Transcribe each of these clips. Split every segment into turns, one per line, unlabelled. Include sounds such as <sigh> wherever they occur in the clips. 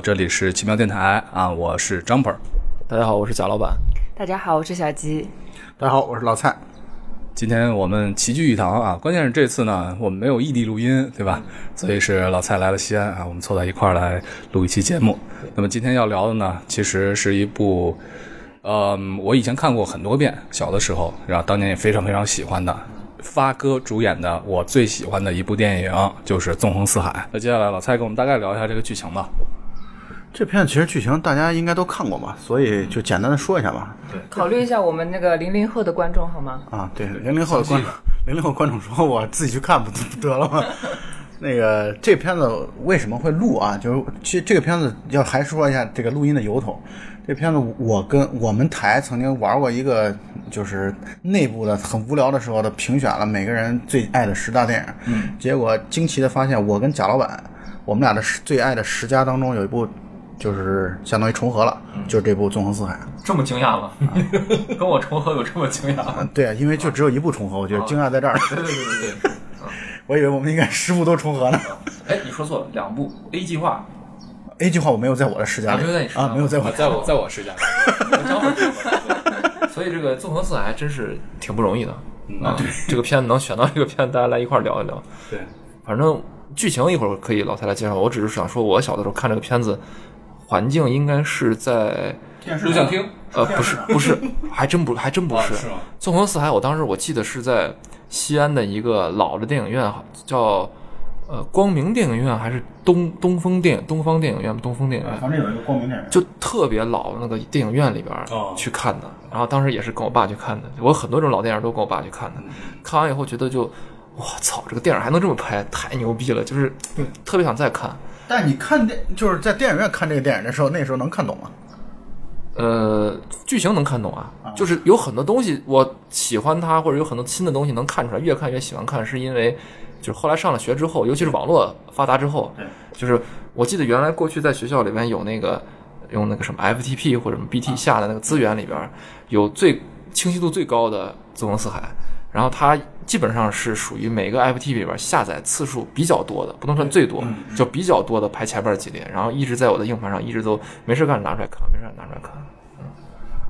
这里是奇妙电台啊，我是张本。
大家好，我是贾老板。
大家好，我是小吉。
大家好，我是老蔡。
今天我们齐聚一堂啊，关键是这次呢，我们没有异地录音，对吧？所以是老蔡来了西安啊，我们凑到一块儿来录一期节目。那么今天要聊的呢，其实是一部，嗯，我以前看过很多遍，小的时候，然后当年也非常非常喜欢的，发哥主演的我最喜欢的一部电影就是《纵横四海》。那接下来老蔡给我们大概聊一下这个剧情吧。
这片其实剧情大家应该都看过嘛，所以就简单的说一下吧。
考虑一下我们那个零零后的观众好吗？
啊，对，零零后的观众，零零后观众说我自己去看不就得了吗？ <laughs> 那个这片子为什么会录啊？就是其实这个片子要还说一下这个录音的由头。这片子我跟我们台曾经玩过一个，就是内部的很无聊的时候的评选了每个人最爱的十大电影。嗯，结果惊奇的发现，我跟贾老板，我们俩的十最爱的十佳当中有一部。就是相当于重合了，就是这部《纵横四海》。
这么惊讶 <laughs> 吗？跟我重合有这么惊讶吗？
对啊，因为就只有一部重合，我觉得惊讶在这儿。
对对对对对。
我以为我们应该十部都重合呢。 <laughs>
哎，你说错了，两部 A 计 <laughs> 划，
A 计划我没有在我的十佳
啊没有在你
里
十佳
啊，没有在我的
在我在我视 <laughs> 角，
刚好重合所以这个纵横四海还真是挺不容易的。啊，这个片子能选到这个片子，大家来一块儿聊一聊。
对，
反正剧情一会儿可以老太太介绍，我只是想说，我小的时候看这个片子，环境应该是在
录像厅啊
呃，
<laughs>
不是，不是，还真不，还真不是。
是吗
纵横四海，我当时我记得是在西安的一个老的电影院，叫呃光明电影院还是东东风电东方电影院？东风电影院
反正有一个光明电影。
就特别老那个电影院里边儿
哦
去看的。然后当时也是跟我爸去看的，我很多这种老电影都跟我爸去看的。看完以后觉得就，我操，这个电影还能这么拍，太牛逼了！就是特别想再看。
但你看电就是在电影院看这个电影的时候，那时候能看懂吗？
呃，剧情能看懂啊，就是有很多东西我喜欢它，或者有很多新的东西能看出来，越看越喜欢看，是因为就是后来上了学之后，尤其是网络发达之后，就是我记得原来过去在学校里面有那个用那个什么 FTP 或者什么 BT 下的那个资源里边儿有最清晰度最高的《纵横四海》，然后它基本上是属于每个 FTP 里边下载次数比较多的，不能算最多，就比较多的排前边几列，然后一直在我的硬盘上一直都没事干拿出来看，没事干拿出来看。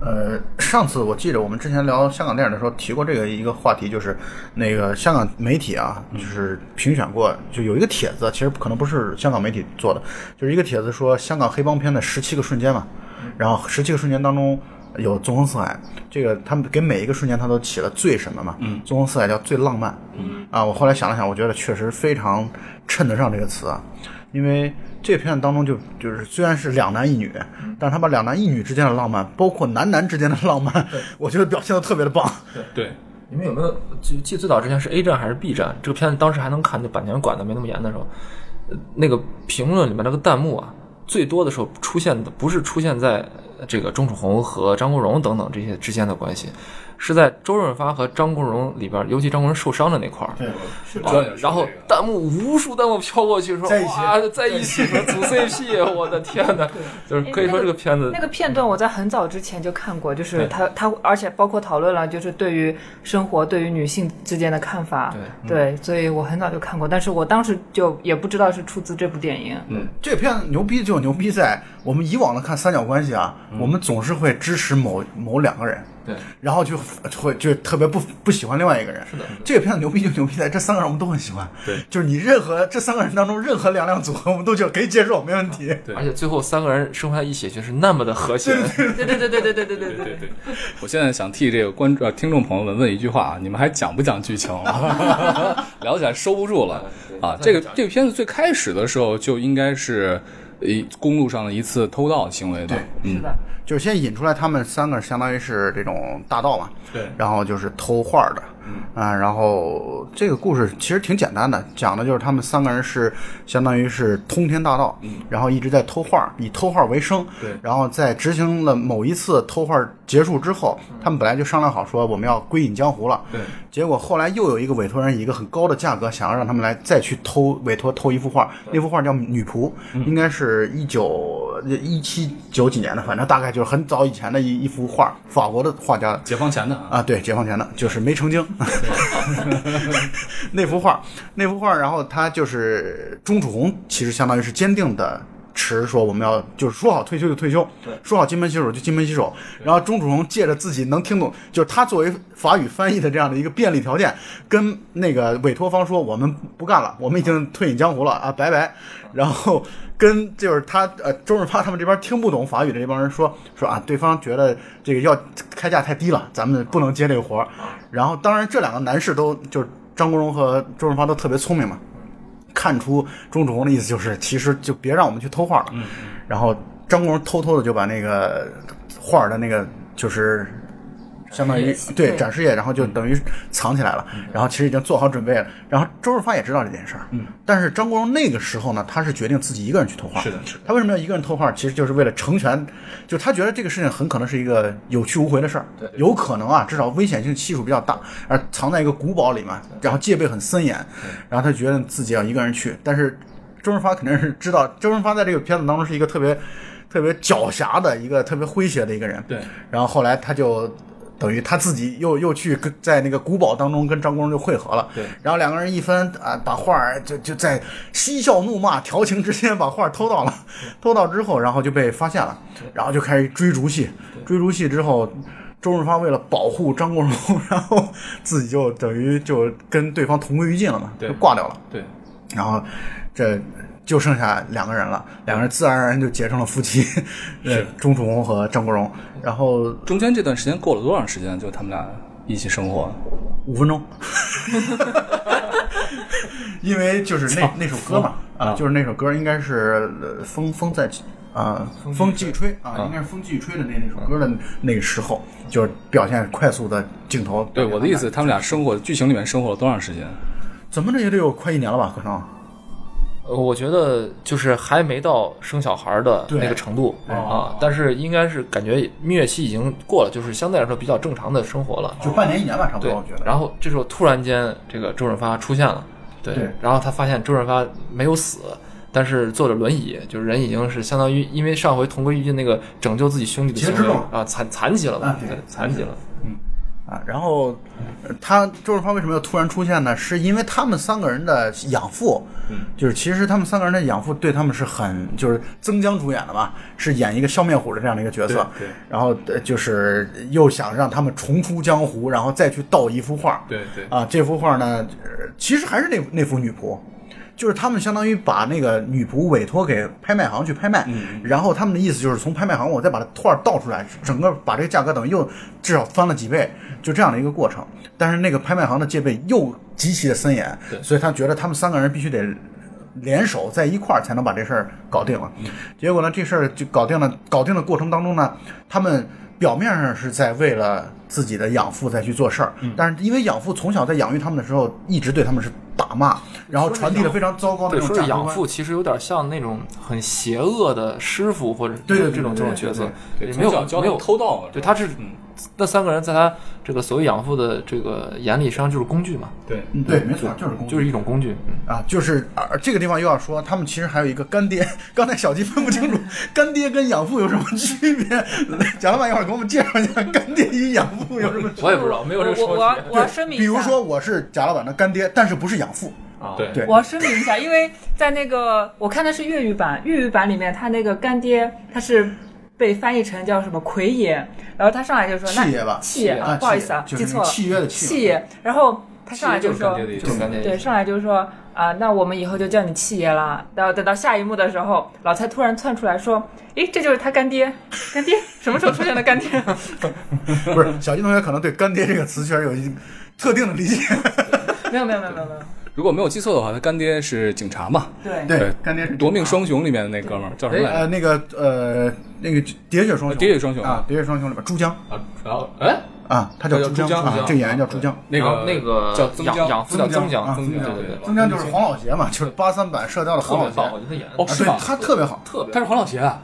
呃，上次我记得我们之前聊香港电影的时候提过这个一个话题，就是那个香港媒体啊，就是评选过，就有一个帖子，其实可能不是香港媒体做的，就是一个帖子说香港黑帮片的十七个瞬间嘛，然后十七个瞬间当中有纵横四海，这个他们给每一个瞬间他都起了最什么嘛，纵横四海叫最浪漫，啊，我后来想了想，我觉得确实非常衬得上这个词啊，因为这片当中就就是虽然是两男一女，但是他把两男一女之间的浪漫，包括男男之间的浪漫， <laughs> 我觉得表现的特别的棒。
对，
你们有没有记记得最早之前是 A 站还是 B 站？这个片子当时还能看，就版权管的没那么严的时候，呃那个评论里面那个弹幕啊，最多的时候出现的不是出现在呃这个钟楚红和张国荣等等这些之间的关系，是在周润发和张国荣里边，尤其张国荣受伤的那块儿。
专业是
然后
这个
弹幕无数弹幕飘过去说
在一起
哇在一起什么组 CP，我的天哪！就是可以说这个片子
那个片段我在很早之前就看过，就是他他，而且包括讨论了，就是对于生活、对于女性之间的看法，
嗯
对，所以我很早就看过，但是我当时就也不知道是出自这部电影，
嗯
这片牛逼就牛逼在我们以往的看三角关系啊，我们总是会支持某某两个人，
对，
然后就会就特别不不喜欢另外一个人。是的，这片牛逼就牛逼在这三个人我们都很喜欢，对，就是你任何这三个人当中任何两两组合我们都觉得可以接受，没问题。
对
而且最后三个人生活在一起就是那么的和谐。
对对对对对对对对对，
对，我现在想替这个观众、呃听众朋友们问一句话啊：你们还讲不讲剧情了？ <laughs> 聊起来收不住了啊！这个这个片子最开始的时候就应该是一公路上的一次偷盗行为的，
嗯
是的，
就是先引出来他们三个相当于是这种大盗嘛，
对嗯
然后就是偷画的，啊，然后这个故事其实挺简单的，讲的就是他们三个人是相当于是通天大盗，然后一直在偷画，以偷画为生，
嗯对
然后在执行了某一次偷画结束之后，他们本来就商量好说我们要归隐江湖了，
嗯对，
结果后来又有一个委托人以一个很高的价格想要让他们来再去偷委托偷一幅画，那幅画叫《女仆》，
嗯
应该是一九一七九几年的，反正大概就是很早以前的一一幅画，法国的画家
解放前的啊，
啊，对，解放前的，就是没成精。 <laughs> 那幅画，那幅画，然后他就是钟楚红，其实相当于是坚定的持说我们要就是说好退休就退休，说好金盆洗手就金盆洗手。然后钟楚红借着自己能听懂，就是他作为法语翻译的这样的一个便利条件，跟那个委托方说我们不干了，我们已经退隐江湖了啊，拜拜。然后跟就是他呃周润发他们这边听不懂法语的这帮人说说啊，对方觉得这个要开价太低了，咱们不能接这个活儿。然后当然这两个男士都就是张国荣和周润发都特别聪明嘛，看出钟楚红的意思就是，其实就别让我们去偷画了。然后张国荣偷偷的就把那个画儿的那个就是。相当于对
对
展示业，然后就等于藏起来了，然后其实已经做好准备了。然后周润发也知道这件事儿，嗯，但是张国荣那个时候呢，他是决定自己一个人去偷画，
是的是的
他为什么要一个人偷画？其实就是为了成全，就他觉得这个事情很可能是一个有去无回的事儿，对，有可能啊，至少危险性系数比较大，而藏在一个古堡里嘛，然后戒备很森严，然后他觉得自己要一个人去，但是周润发肯定是知道，周润发在这个片子当中是一个特别特别狡黠的一个特别诙谐的一个人，
对，
然后后来他就。等于他自己又又去跟在那个古堡当中跟张国荣就会合了，
对
然后两个人一分啊，把画儿就就在嬉笑怒骂、调情之间把画儿偷到了，偷到之后，然后就被发现了，然后就开始追逐戏，追逐戏之后，周润发为了保护张国荣， <laughs> 然后自己就等于就跟对方同归于尽了嘛，
对
就挂掉了，
对，
然后这就剩下两个人了，两个人自然而然就结成了夫妻，呃， <laughs> 钟楚红和张国荣，然后
中间这段时间过了多长时间？就他们俩一起生活？
五分钟， <laughs> 因为就是那那首歌嘛，啊，就是那首歌应该是呃风风在啊、风继续吹啊，应该是风继续吹的那那首歌的那个时候，就是表现快速的镜头。
对，我的意思，，他们俩生活剧情里面生活了多长时间？
怎么着也得有快一年了吧？可能
呃，我觉得就是还没到生小孩的那个程度
哦
啊，但是应该是感觉蜜月期已经过了，就是相对来说比较正常的生活了。
就半年一年吧，差不
对
多，哦我觉，得。
然后这时候突然间，这个周润发出现了，对，
对
然后他发现周润发没有死，但是坐着轮椅，就是人已经是相当于因为上回同归于尽那个拯救自己兄弟的
截
行
肢
为
了
啊，残残疾了嘛，
啊对
对，残疾了，
啊，然后呃他周润发为什么要突然出现呢？是因为他们三个人的养父，
嗯
就是其实他们三个人的养父对他们是很就是曾江主演的嘛，是演一个笑面虎的这样的一个角色，
对对
然后呃就是又想让他们重出江湖，然后再去盗一幅画，
对对
啊，这幅画呢，呃其实还是那那幅女仆，就是他们相当于把那个女仆委托给拍卖行去拍卖，然后他们的意思就是从拍卖行我再把画倒出来，整个把这个价格等于又至少翻了几倍，就这样的一个过程。但是那个拍卖行的戒备又极其的森严，所以他觉得他们三个人必须得。联手在一块儿才能把这事儿搞定了。啊
嗯
结果呢，这事儿就搞定了。搞定的过程当中呢，他们表面上是在为了自己的养父再去做事儿，
嗯
但是因为养父从小在养育他们的时候，一直对他们是打骂，然后传递了非常糟糕的
对，
那种
说
价
是
值观
养。父其实有点像那种很邪恶的师傅或者
对对对
这种这
对
种
对
角
对
色，
对，
没有
从小教
没
他
有
们偷盗嘛，
对，
是吧
他是那三个人在他这个所谓养父的这个眼里，实际上就是工具嘛，
对
嗯，对，没错，就是公
就是一种工具。嗯，
啊，就是啊，这个地方又要说，他们其实还有一个干爹。 <laughs> 刚才小鸡分不
<laughs>
清楚干爹跟养父有什么区别， <laughs> 蒋老板一会儿给我们介绍一下干爹与养父有什么区
我也不知道，没有这个
我
说
我
法
要我要声明
别。比
一
如
下，
说，我是贾老板的干爹，但是不是
<laughs>
养父。
啊。
对
对
我要声明一下，因为在那个我看的是粤语版，粤语版里面他那个干爹他是被翻译成叫什么奎爷，然后他上来就说那
契爷吧
契爷
啊
啊，不好意思啊，
契爷
记错了，
就是契约的契
契爷，然后他上来
就
就是
干
说
爹的意
就是
思。
干爹
对，上来就说啊、那我们以后就叫你七爷啦。然后等到下一幕的时候，老蔡突然窜出来说：“诶，这就是他干爹，干爹什么时候出现的干爹 <laughs>
不是小金同学可能对“干爹”这个词确实有一特定
<laughs>
的理解。？”
没有没有没有没有没有，
如果没有记错的话，他干爹是警察嘛？
对
对干爹是
夺命双雄》里面的那哥们儿叫什么来
呃，
着？
那个呃，那个《喋血双雄》
呃喋血双雄
啊，《喋血双雄》里边朱江
啊，然后哎，
啊，他叫
他叫
江
朱江
啊
朱江
这个演员叫朱江。
那
然
个
后那个
叫曾江
养养父叫曾
江啊
江，
曾
对
江
对对，
曾江就是黄老邪嘛， <laughs> 就是八三版《射雕》的
特
黄老
别
邪
棒，我觉得他演
哦
的
啊
是
对
吧
他特别好。
特别
他是黄老邪啊？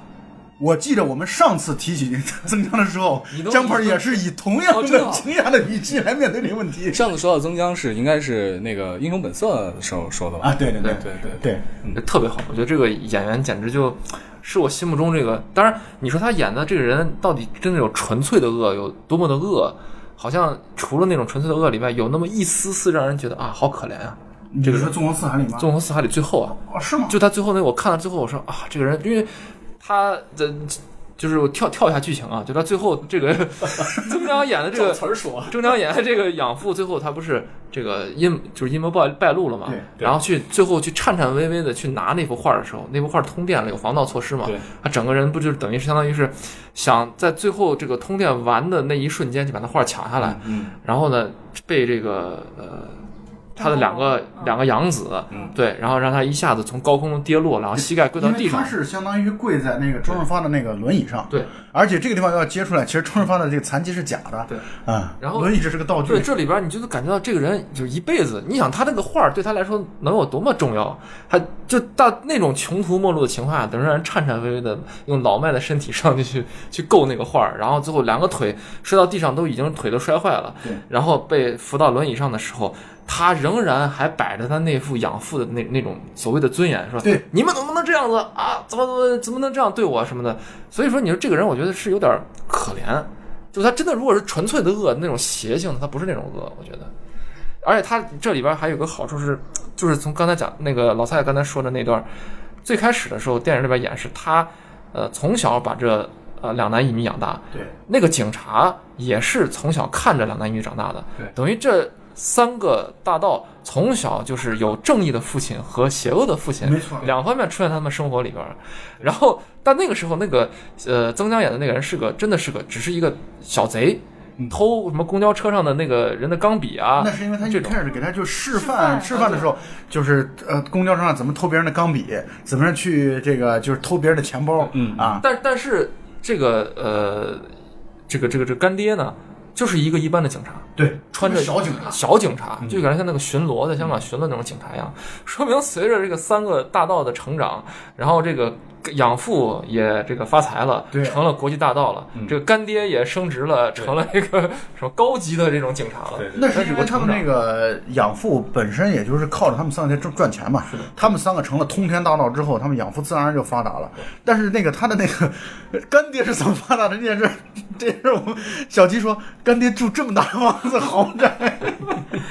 我记得我们上次提起 <laughs> 曾江的时候
你，都
江鹏也是以同样
哦真的
的
啊
惊讶的语气来面对这个问
<laughs>
题
上次说到曾江是应该是那个《英雄本色》的时候说的吧？
啊！对对对
对对对
对，
棒，特别好。我觉得这个演员简直就。是我心目中这个，当然你说他演的这个人到底真的有纯粹的恶，有多么的恶？好像除了那种纯粹的恶里外，有那么一丝丝让人觉得啊，好可怜啊，
这个说《纵横四海》里吗？
《纵横四海》里最后啊，
哦，是吗？
就他最后那我看了之后，我说啊，这个人，因为他的就是我跳跳一下剧情啊，就他最后这个 <laughs> 曾江演的这个
词儿说，
郑张演的这个养父，最后他不是这个阴就是阴谋败败露了嘛
对？
对
然后去最后去颤颤巍巍的去拿那幅画的时候，那幅画通电了，有防盗措施嘛
对？
他整个人不就是等于是相当于是想在最后这个通电完的那一瞬间就把那画抢下来，
嗯，
然后呢被这个呃他的两个
哦
两个养子
嗯
对，然后让他一下子从高空中跌落，然后膝盖跪到
因为
地
他
上，
是相当于跪在那个周润发的那个轮椅上，
对，
而且这个地方要揭出来，其实周润发的这个残疾是假的，
对，
啊，
然后
轮椅只是个道具
对，，这里边你就能感觉到这个人就是一辈子，你想他那个画儿对他来说能有多么重要？他就到那种穷途末路的情况下，能让人颤颤巍巍的用老迈的身体上去去去够那个画儿，然后最后两个腿摔到地上都已经腿都摔坏了，
对
然后被扶到轮椅上的时候。他仍然还摆着他那副养父的那那种所谓的尊严，说
对
你们怎么能这样子啊？怎么怎么怎么能这样对我啊什么的？所以说，你说这个人，我觉得是有点可怜。就他真的，如果是纯粹的恶，那种邪性的，他不是那种恶，我觉得。而且他这里边还有个好处是，就是从刚才讲那个老蔡刚才说的那段，最开始的时候，电影里边演示他，呃，从小把这呃两男一女养大，
对，
那个警察也是从小看着两男一女长大的，
对
等于这三个大盗从小就是有正义的父亲和邪恶的父亲，
没错
两方面出现在他们生活里边儿。然后，但那个时候，那个呃，曾江演的那个人是个真的是个只是一个小贼，偷什么公交车上的那个人的钢笔啊，
嗯那是因为他一
这种
开始给他就示
示范
范啊示范的时候，就是呃，公交车上怎么偷别人的钢笔，怎么样去这个就是偷别人的钱包，
嗯
啊，
但但是这个呃，这个这个这个干爹呢，就是一个一般的警察，
对，
穿着
小警察，
小警察，就感觉像那个巡逻在香港巡逻那种警察一样。说明随着这个三个大盗的成长，然后这个养父也这个发财了，
对
成了国际大盗了，这个干爹也升职了，成了一个什么高级的这种警察了。
对对
那是因为他们那个养父本身也就是靠着他们三个在赚赚钱嘛，他们三个成了通天大盗之后，他们养父自然而然就发达了。但是那个他的那个呃干爹是怎么发达的这件事儿，这是我们小鸡说，干爹住这么大的房子豪宅，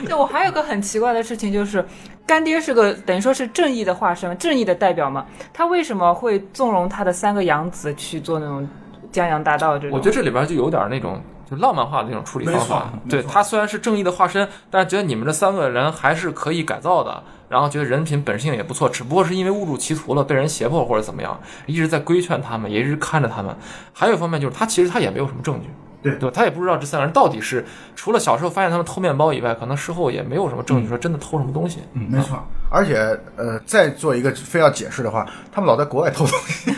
对，我还有个很奇怪的事情，就是干爹是个等于说是正义的化身，正义的代表嘛。他为什么会纵容他的三个养子去做那种江洋大盗这种？
我觉得这里边就有点那种就浪漫化的那种处理方法。
没错
对
没错
他虽然是正义的化身，但是觉得你们这三个人还是可以改造的，然后觉得人品本性也不错，只不过是因为误入歧途了，被人胁迫或者怎么样，一直在规劝他们，也一直看着他们。还有一方面就是他其实他也没有什么证据。
对
对吧，他也不知道这三个人到底是除了小时候发现他们偷面包以外，可能事后也没有什么
嗯
证据说真的偷什么东西。嗯，
<laughs> 没错。 <laughs> 而且呃，再做一个非要解释的话，他们老在国外偷东西。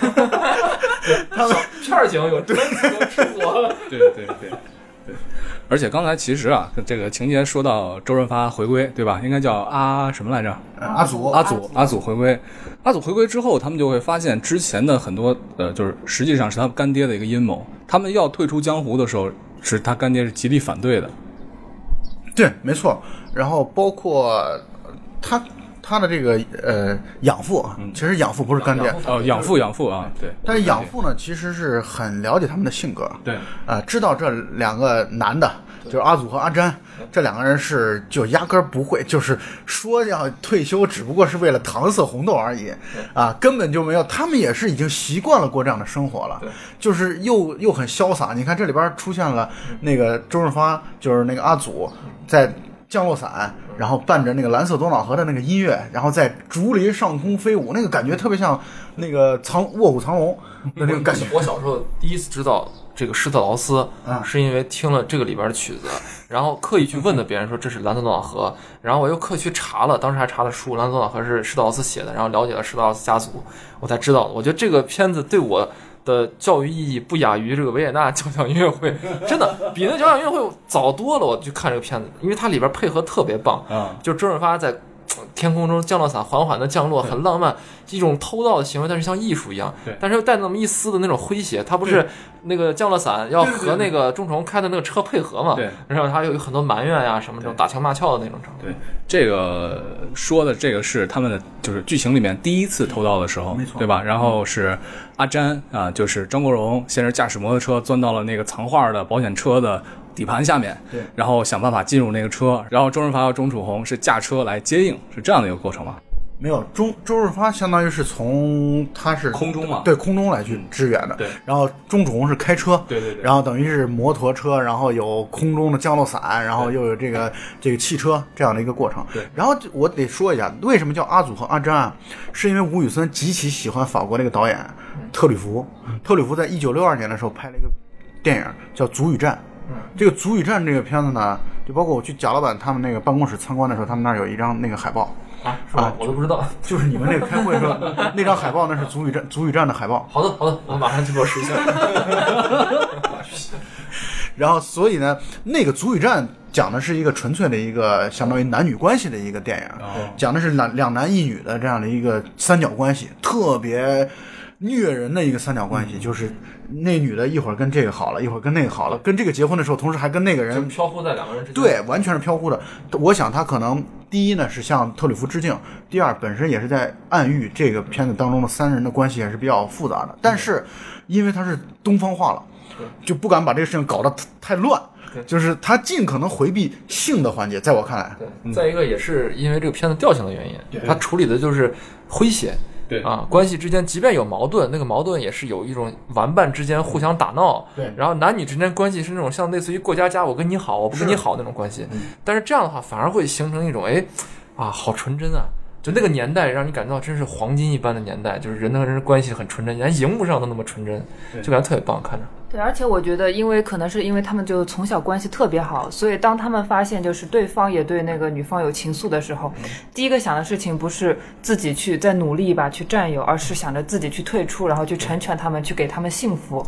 片儿警有专门吃我。
对对对。对，而且刚才其实啊，这个情节说到周润发回归，对吧？应该叫阿什么来着？
呃 <laughs> 阿祖，
阿祖，阿祖回归，阿祖回归之后，他们就会发现之前的很多呃，就是实际上是他们干爹的一个阴谋。他们要退出江湖的时候，是他干爹是极力反对的。
对，没错。然后包括呃他他的这个呃养父啊，其实养父不是干爹，
哦，养父，养父啊，对
但是养父呢，其实是很了解他们的性格，
对，
呃，知道这两个男的，就是阿祖和阿詹，这两个人是就压根儿不会，就是说要退休，只不过是为了搪塞红豆而已，啊，根本就没有，他们也是已经习惯了过这样的生活了，就是又又很潇洒。你看这里边出现了那个周润发，就是那个阿祖在。降落伞，然后伴着那个蓝色多瑙河的那个音乐，然后在竹林上空飞舞，那个感觉特别像那个藏卧虎藏龙的那个感觉。
我小时候第一次知道这个施特劳斯，
嗯
是因为听了这个里边的曲子，然后刻意去问的别人说这是《蓝色多瑙河》，然后我又刻意去查了，当时还查了书，《蓝色多瑙河》是施特劳斯写的，然后了解了施特劳斯家族，我才知道的。我觉得这个片子对我。的教育意义不亚于这个维也纳交响音乐会，真的比那交响音乐会早多了。我去看这个片子，因为它里边配合特别棒，
啊，
就是周润发在天空中降落伞缓缓的降落，很浪漫，一种偷盗的行为，但是像艺术一样
对，
但是又带那么一丝的那种诙谐。他不是那个降落伞要
对对对
和那个钟崇开的那个车配合嘛
对，
然后他有很多埋怨呀什么这种打情骂俏的那种程度。
对，这个说的这个是他们的就是剧情里面第一次偷盗的时候，
没错
对吧？然后是阿詹啊，就是张国荣先是驾驶摩托车钻到了那个藏画的保险车的。底盘下面，
对
然后想办法进入那个车，然后周润发和钟楚红是驾车来接应，是这样的一个过程吗？
没有，周周润发相当于是从他是
空中嘛嗯
对空中来去支援的，
对
然后钟楚红是开车，
对对对
然后等于是摩托车，然后有空中的降落伞，然后又有这个这个汽车这样的一个过程，
对
然后我得说一下，为什么叫阿祖和阿珍啊？是因为吴宇森极其喜欢法国那个导演特吕弗，
嗯
特吕弗在一九六二年的时候拍了一个电影叫《足与战》。
嗯
这个《足与战》这个片子呢，就包括我去贾老板他们那个办公室参观的时候，他们那儿有一张那个海报，
啊，是吧？我都不知道。
就是你们那个开会的时候，那张海报那是足语站足语站的海报，
好的，好的，我马上去落实一下。
然后所以呢，那个足语站讲的是一个纯粹的一个相当于男女关系的一个电影，讲的是两两男一女的这样的一个三角关系，特别虐人的一个三角关系，就是那女的一会儿跟这个好了，一会儿跟那个好了，跟这个结婚的时候，同时还跟那个
就
人
飘忽在两个人之间。
对，完全是飘忽的。我想他可能第一呢是向特吕弗致敬，第二本身也是在暗喻这个片子当中的三人的关系还是比较复杂的。但是因为他是东方化了，就不敢把这个事情搞得太乱，就是他尽可能回避性的环节。在我看来，
对，
嗯
再一个也是因为这个片子调性的原因，它处理的就是诙谐。
对
啊，关系之间即便有矛盾，那个矛盾也是有一种玩伴之间互相打闹，
对
然后男女之间关系是那种像类似于过家家，我跟你好，我不跟你好那种关系。
嗯
但是这样的话，反而会形成一种哎，啊，好纯真啊！就那个年代，让你感到真是黄金一般的年代，就是人和人的关系很纯真，连荧幕上都那么纯真，就感觉特别棒，看着。
对，而且我觉得，因为可能是因为他们就从小关系特别好，所以当他们发现就是对方也对那个女方有情愫的时候，
嗯
第一个想的事情不是自己去再努力一把去占有，而是想着自己去退出，然后去成全他们，去给他们幸福。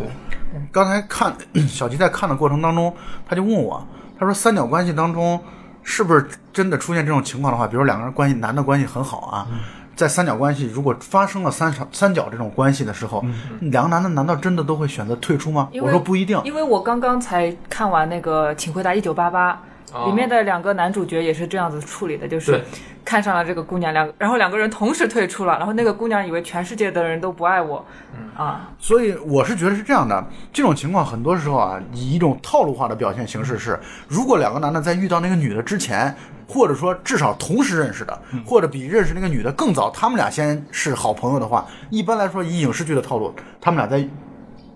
刚才看 <clears throat> 小吉在看的过程当中，他就问我，他说三角关系当中是不是真的出现这种情况的话，比如两个人关系男的关系很好啊，在三角关系如果发生了三角三角这种关系的时候，两个男的难道真的都会选择退出吗？
因为
我说不一定。
因为我刚刚才看完那个《请回答一九八八》。
哦
里面的两个男主角也是这样子处理的，就是
对
看上了这个姑娘，两个然后两个人同时退出了，然后那个姑娘以为全世界的人都不爱我，
嗯
啊，
所以我是觉得是这样的，这种情况很多时候啊，以一种套路化的表现形式是，如果两个男的在遇到那个女的之前，或者说至少同时认识的，或者比认识那个女的更早，他们俩先是好朋友的话，一般来说以影视剧的套路，他们俩在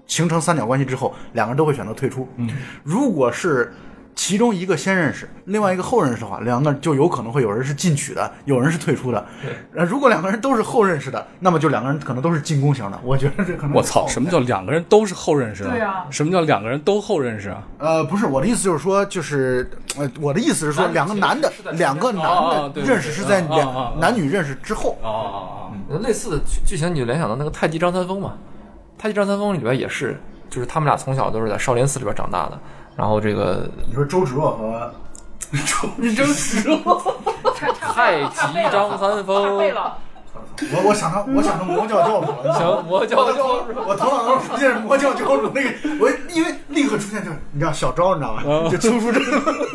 形成三角关系之后，两个人都会选择退出。嗯，如果是其中一个先认识，另外一个后认识的话，两个就有可能会有人是进取的，有人是退出的。对，如果两个人都是后认识的，那么就两个人可能都是进攻型的。我觉得这可能
我操，什么叫两个人都是后认识？
对啊
什么叫两个人都后认识啊？
呃，不是我的意思，就是说，就是呃，我的意思是说，
男女
两个男的
其实是在，
两个
哦哦
男的
对
认识是在
对对哦哦
两
哦
男女认识之后，
哦哦
类似的剧剧情，你就联想到那个《太极张三丰》嘛，《太极张三丰》里边也是，就是他们俩从小都是在少林寺里边长大的，然后这个
你说周芷若 <laughs> 和
《太极张三丰》
我我想到我想到魔教教主了，
行魔教教主
主，我头脑中出现是魔教教主那个，我因为立刻出现就是你知道小昭你知道
哦
吗？就邱淑贞，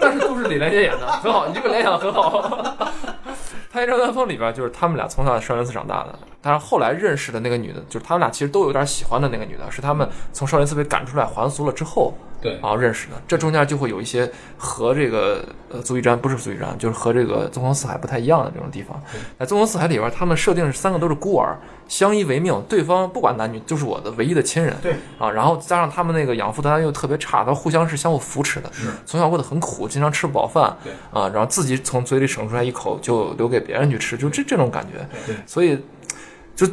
但是都是李连杰演 <laughs> 的，很好，你这个联想很好。《太极张三丰》里边就是他们俩从小在少林寺长大的，但是后来认识的那个女的，就是他们俩其实都有点喜欢的那个女的，是他们从少林寺被赶出来还俗了之后，
对
然后认识的。这中间就会有一些和这个呃足浴斋不是足浴斋，就是和这个纵横四海不太一样的这种地方。在纵横四海里边，他们设定是三个都是孤儿，相依为命，对方不管男女就是我的唯一的亲人。
对
啊，然后加上他们那个养父对他又特别差，他互相是相互扶持的，从小过得很苦，经常吃不饱饭，
对
啊，然后自己从嘴里省出来一口就留给别人去吃，就这这种感觉，
对
所以就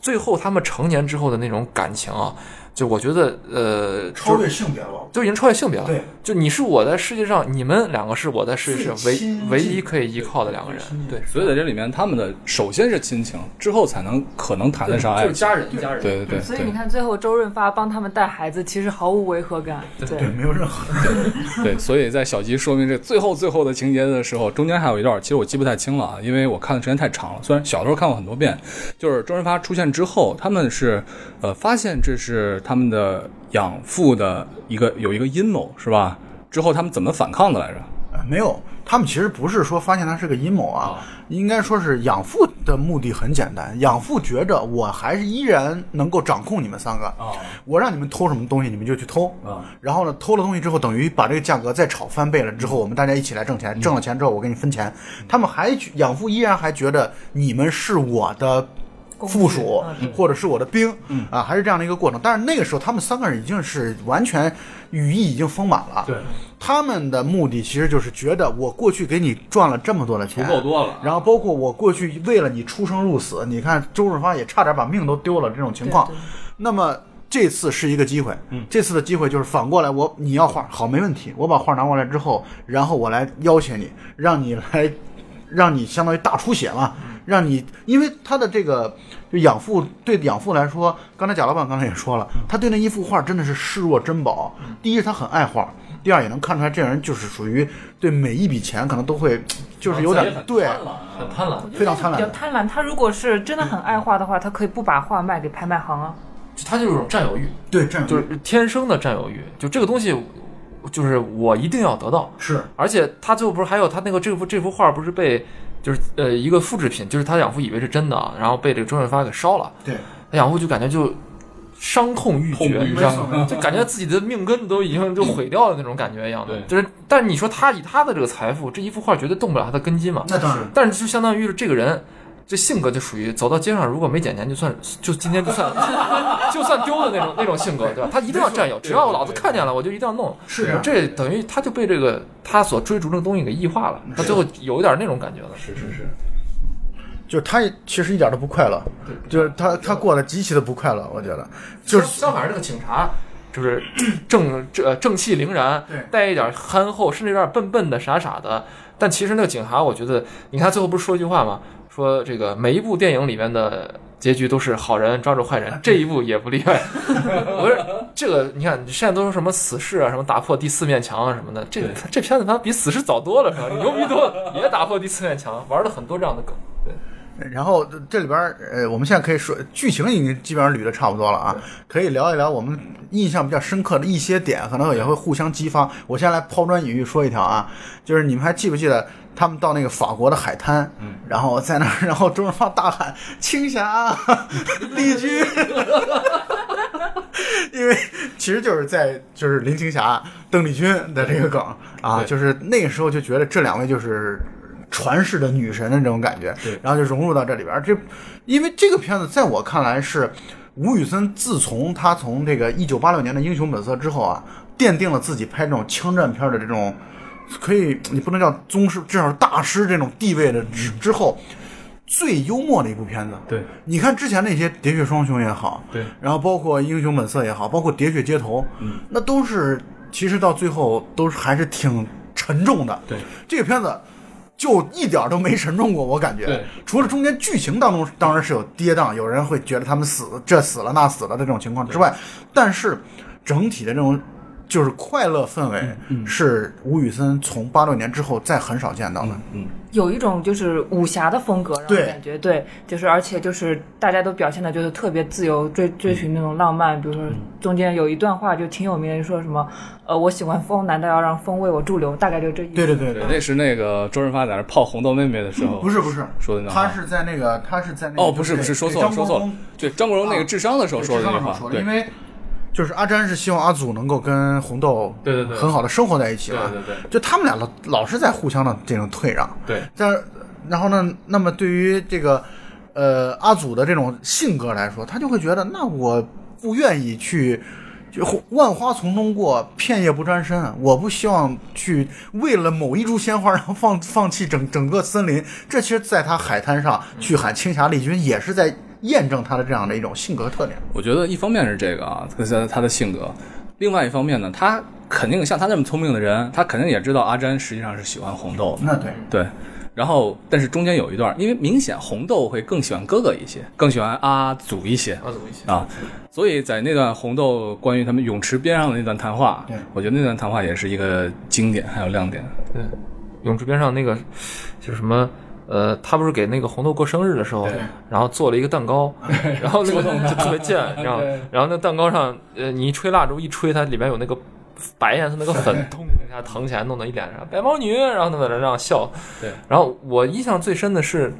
最后他们成年之后的那种感情啊，就我觉得呃，就
越性别了，
就已经超越性别了，
对，
就你是我在世界上，你们两个是我在世界上
最
唯
亲近
唯一可以依靠的两个人，对，
所以在这里面，他们的首先是亲情，之后才能可能谈得上爱
就是
情。
家人，家人，
对对对，
所以
对
你看，最后周润发帮他们带孩子，其实毫无违和感。
对，
对，
没有任何
<laughs> 对，所以在小吉说明这最后最后的情节的时候，中间还有一段，其实我记不太清了啊，因为我看的时间太长了。虽然小时候看过很多遍，就是周润发出现之后，他们是呃发现这是他们的养父的一个有一个阴谋，是吧？之后他们怎么反抗的来着？
呃，没有，他们其实不是说发现它是个阴谋啊，应该说是养父的目的很简单，养父觉着我还是依然能够掌控你们三个，
哦
我让你们偷什么东西你们就去偷，
啊
然后呢偷了东西之后，等于把这个价格再炒翻倍了之后，我们大家一起来挣钱，挣了钱之后我给你分钱，他们还觉养父依然还觉得你们是我的。
工具
附属
嗯
或者是我的兵，啊，还是这样的一个过程。但是那个时候，他们三个人已经是完全羽翼已经丰满了，
对，
他们的目的其实就是觉得我过去给你赚了这么多的钱，
足够多了
然后包括我过去为了你出生入死，你看周润发也差点把命都丢了这种情况
对对。
那么这次是一个机会，嗯，这次的机会就是反过来我你要画好没问题，我把画拿过来之后，然后我来要挟你，让你来，让你相当于大出血嘛。
嗯
让你，因为他的这个就养父对养父来说，刚才贾老板刚才也说了，
嗯
他对那一幅画真的是视若珍宝。第一，他很爱画；第二，也能看出来这人就是属于对每一笔钱可能都
嗯
会，就是有点对，
很贪婪。
非常贪
比较
婪。
贪婪。他如果是真的很爱画的话，他可以不把画卖给拍卖行啊。
就他就是一种占有欲，
对，这样
就是天生的占有欲。就这个东西，就是我一定要得到。
是
而且他最后不是还有他那个这幅这幅画不是被就是呃一个复制品，就是他养父以为是真的啊，然后被这个周润发给烧了。
对，
他养父就感觉就伤痛欲
痛
绝，
欲
你知道
没
吗？就感觉自己的命根子都已经就毁掉了那种感觉一样的。
对
就是，但是你说他以他的这个财富，这一幅画绝对动不了他的根基嘛。
那当然。
但是就相当于是这个人。这性格就属于走到街上，如果没捡钱，就算就今天就算 <laughs> 就算丢的那种那种性格，对吧？他一定要占有，只要我老子看见了，我就一定要弄。
是这样
这等于他就被这个他所追逐的东西给异化了，他最后有一点那种感觉了。
是是是，
就是他也其实一点都不快乐，就是他他过得极其的不快乐，我觉得就是
相相反，这个警察就是正正正气凛然
对，
带一点憨厚，甚至有点笨笨的、傻傻的。但其实那个警察，我觉得，你看他最后不是说一句话吗？说这个每一部电影里面的结局都是好人抓住坏人，这一部也不例外。 <laughs> 我说这个，你看现在都说什么死侍啊，什么打破第四面墙啊什么的，这这片子它比死侍早多了，是吧？牛逼多了，也打破第四面墙，玩了很多这样的梗。对，
然后这里边儿，呃，我们现在可以说剧情已经基本上捋的差不多了啊，可以聊一聊我们印象比较深刻的一些点，可能也会互相激发。我先来抛砖引玉说一条啊，就是你们还记不记得他们到那个法国的海滩，然后在那儿，然后周润发大喊“青霞，啊丽君”，因为其实就是在就是林青霞、邓丽君的这个梗啊，就是那个时候就觉得这两位就是传世的女神的这种感觉，然后就融入到这里边儿。这因为这个片子在我看来是吴宇森自从他从这个一九八六年的《英雄本色》之后啊，奠定了自己拍这种枪战片儿的这种。可以，你不能叫宗师，至少是大师这种地位的之之后，最幽默的一部片子。
对，
你看之前那些《喋血双雄》也好，
对
然后包括《英雄本色》也好，包括《喋血街头》，嗯，那都是其实到最后都是还是挺沉重的。
对，
这个片子就一点儿都没沉重过，我感觉。
对，
除了中间剧情当中当然是有跌宕，有人会觉得他们死这死了那死了的这种情况之外，但是整体的这种。就是快乐氛围
嗯
是吴宇森从八六年之后再很少见到的，
嗯
有一种就是武侠的风格，让
对
我感觉对，就是而且就是大家都表现的就是特别自由，追追寻那种浪漫。比如说中间有一段话就挺有名的，说什么呃我喜欢风，难道要让风为我驻留？大概就这意思。
对对对
对，那是那个周润发在那儿泡红豆妹妹的时候，
不是不是
说的那话
他是在那个他是在那个
哦，不是不是，说错了，说错了，对张国荣那个智商的时候说
说
的那句
说
话，
的，
对
因为就是阿詹是希望阿祖能够跟红豆
对对对
很好的生活在一起嘛，
对对对
就他们俩老老是在互相的这种退让，
对，
但是然后呢，那么对于这个呃阿祖的这种性格来说，他就会觉得那我不愿意去。就万花丛中过，片叶不沾身啊！我不希望去为了某一株鲜花，然后放放弃整整个森林。这其实，在他海滩上去喊青霞丽君，也是在验证他的这样的一种性格特点。
我觉得一方面是这个啊，他他他的性格，另外一方面呢，他肯定像他那么聪明的人，他肯定也知道阿詹实际上是喜欢红豆的，
那对，
对。然后，但是中间有一段，因为明显红豆会更喜欢哥哥一些，更喜欢阿祖一些
阿祖一些
啊，所以在那段红豆关于他们泳池边上的那段谈话
对，
我觉得那段谈话也是一个经典，还有亮点。
对，泳池边上那个就是什么。呃，他不是给那个红豆过生日的时候，然后做了一个蛋糕，然后那个就特别贱，然后然后那蛋糕上，呃，你一吹蜡烛一吹，它里面有那个白颜色那个粉，咚下疼起来，弄得一脸上白毛女，然后那么在那样笑。
对，
然后我印象最深的是，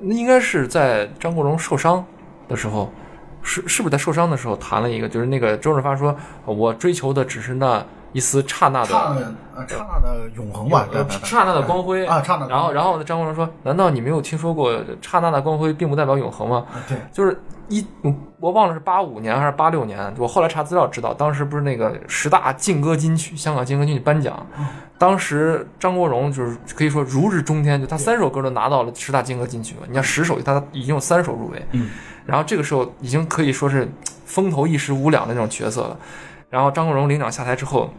那应该是在张国荣受伤的时候，是是不是在受伤的时候谈了一个，就是那个周润发说，我追求的只是那一丝刹那
刹
的。
那刹那呃永恒吧， <laughs>
呃刹那的光辉
啊，刹那。
然后，然后张国荣说：“难道你没有听说过刹那的光辉并不代表永恒吗？”
对，
就是一，嗯我忘了是八五年还是八六年，我后来查资料知道，当时不是那个十大劲歌金曲，香港劲歌金曲颁奖，当时张国荣就是可以说如日中天，就他三首歌都拿到了十大劲歌金曲嘛，你像十首，他已经有三首入围，
嗯，
然后这个时候已经可以说是风头一时无两的那种角色了，然后张国荣领奖下台之后。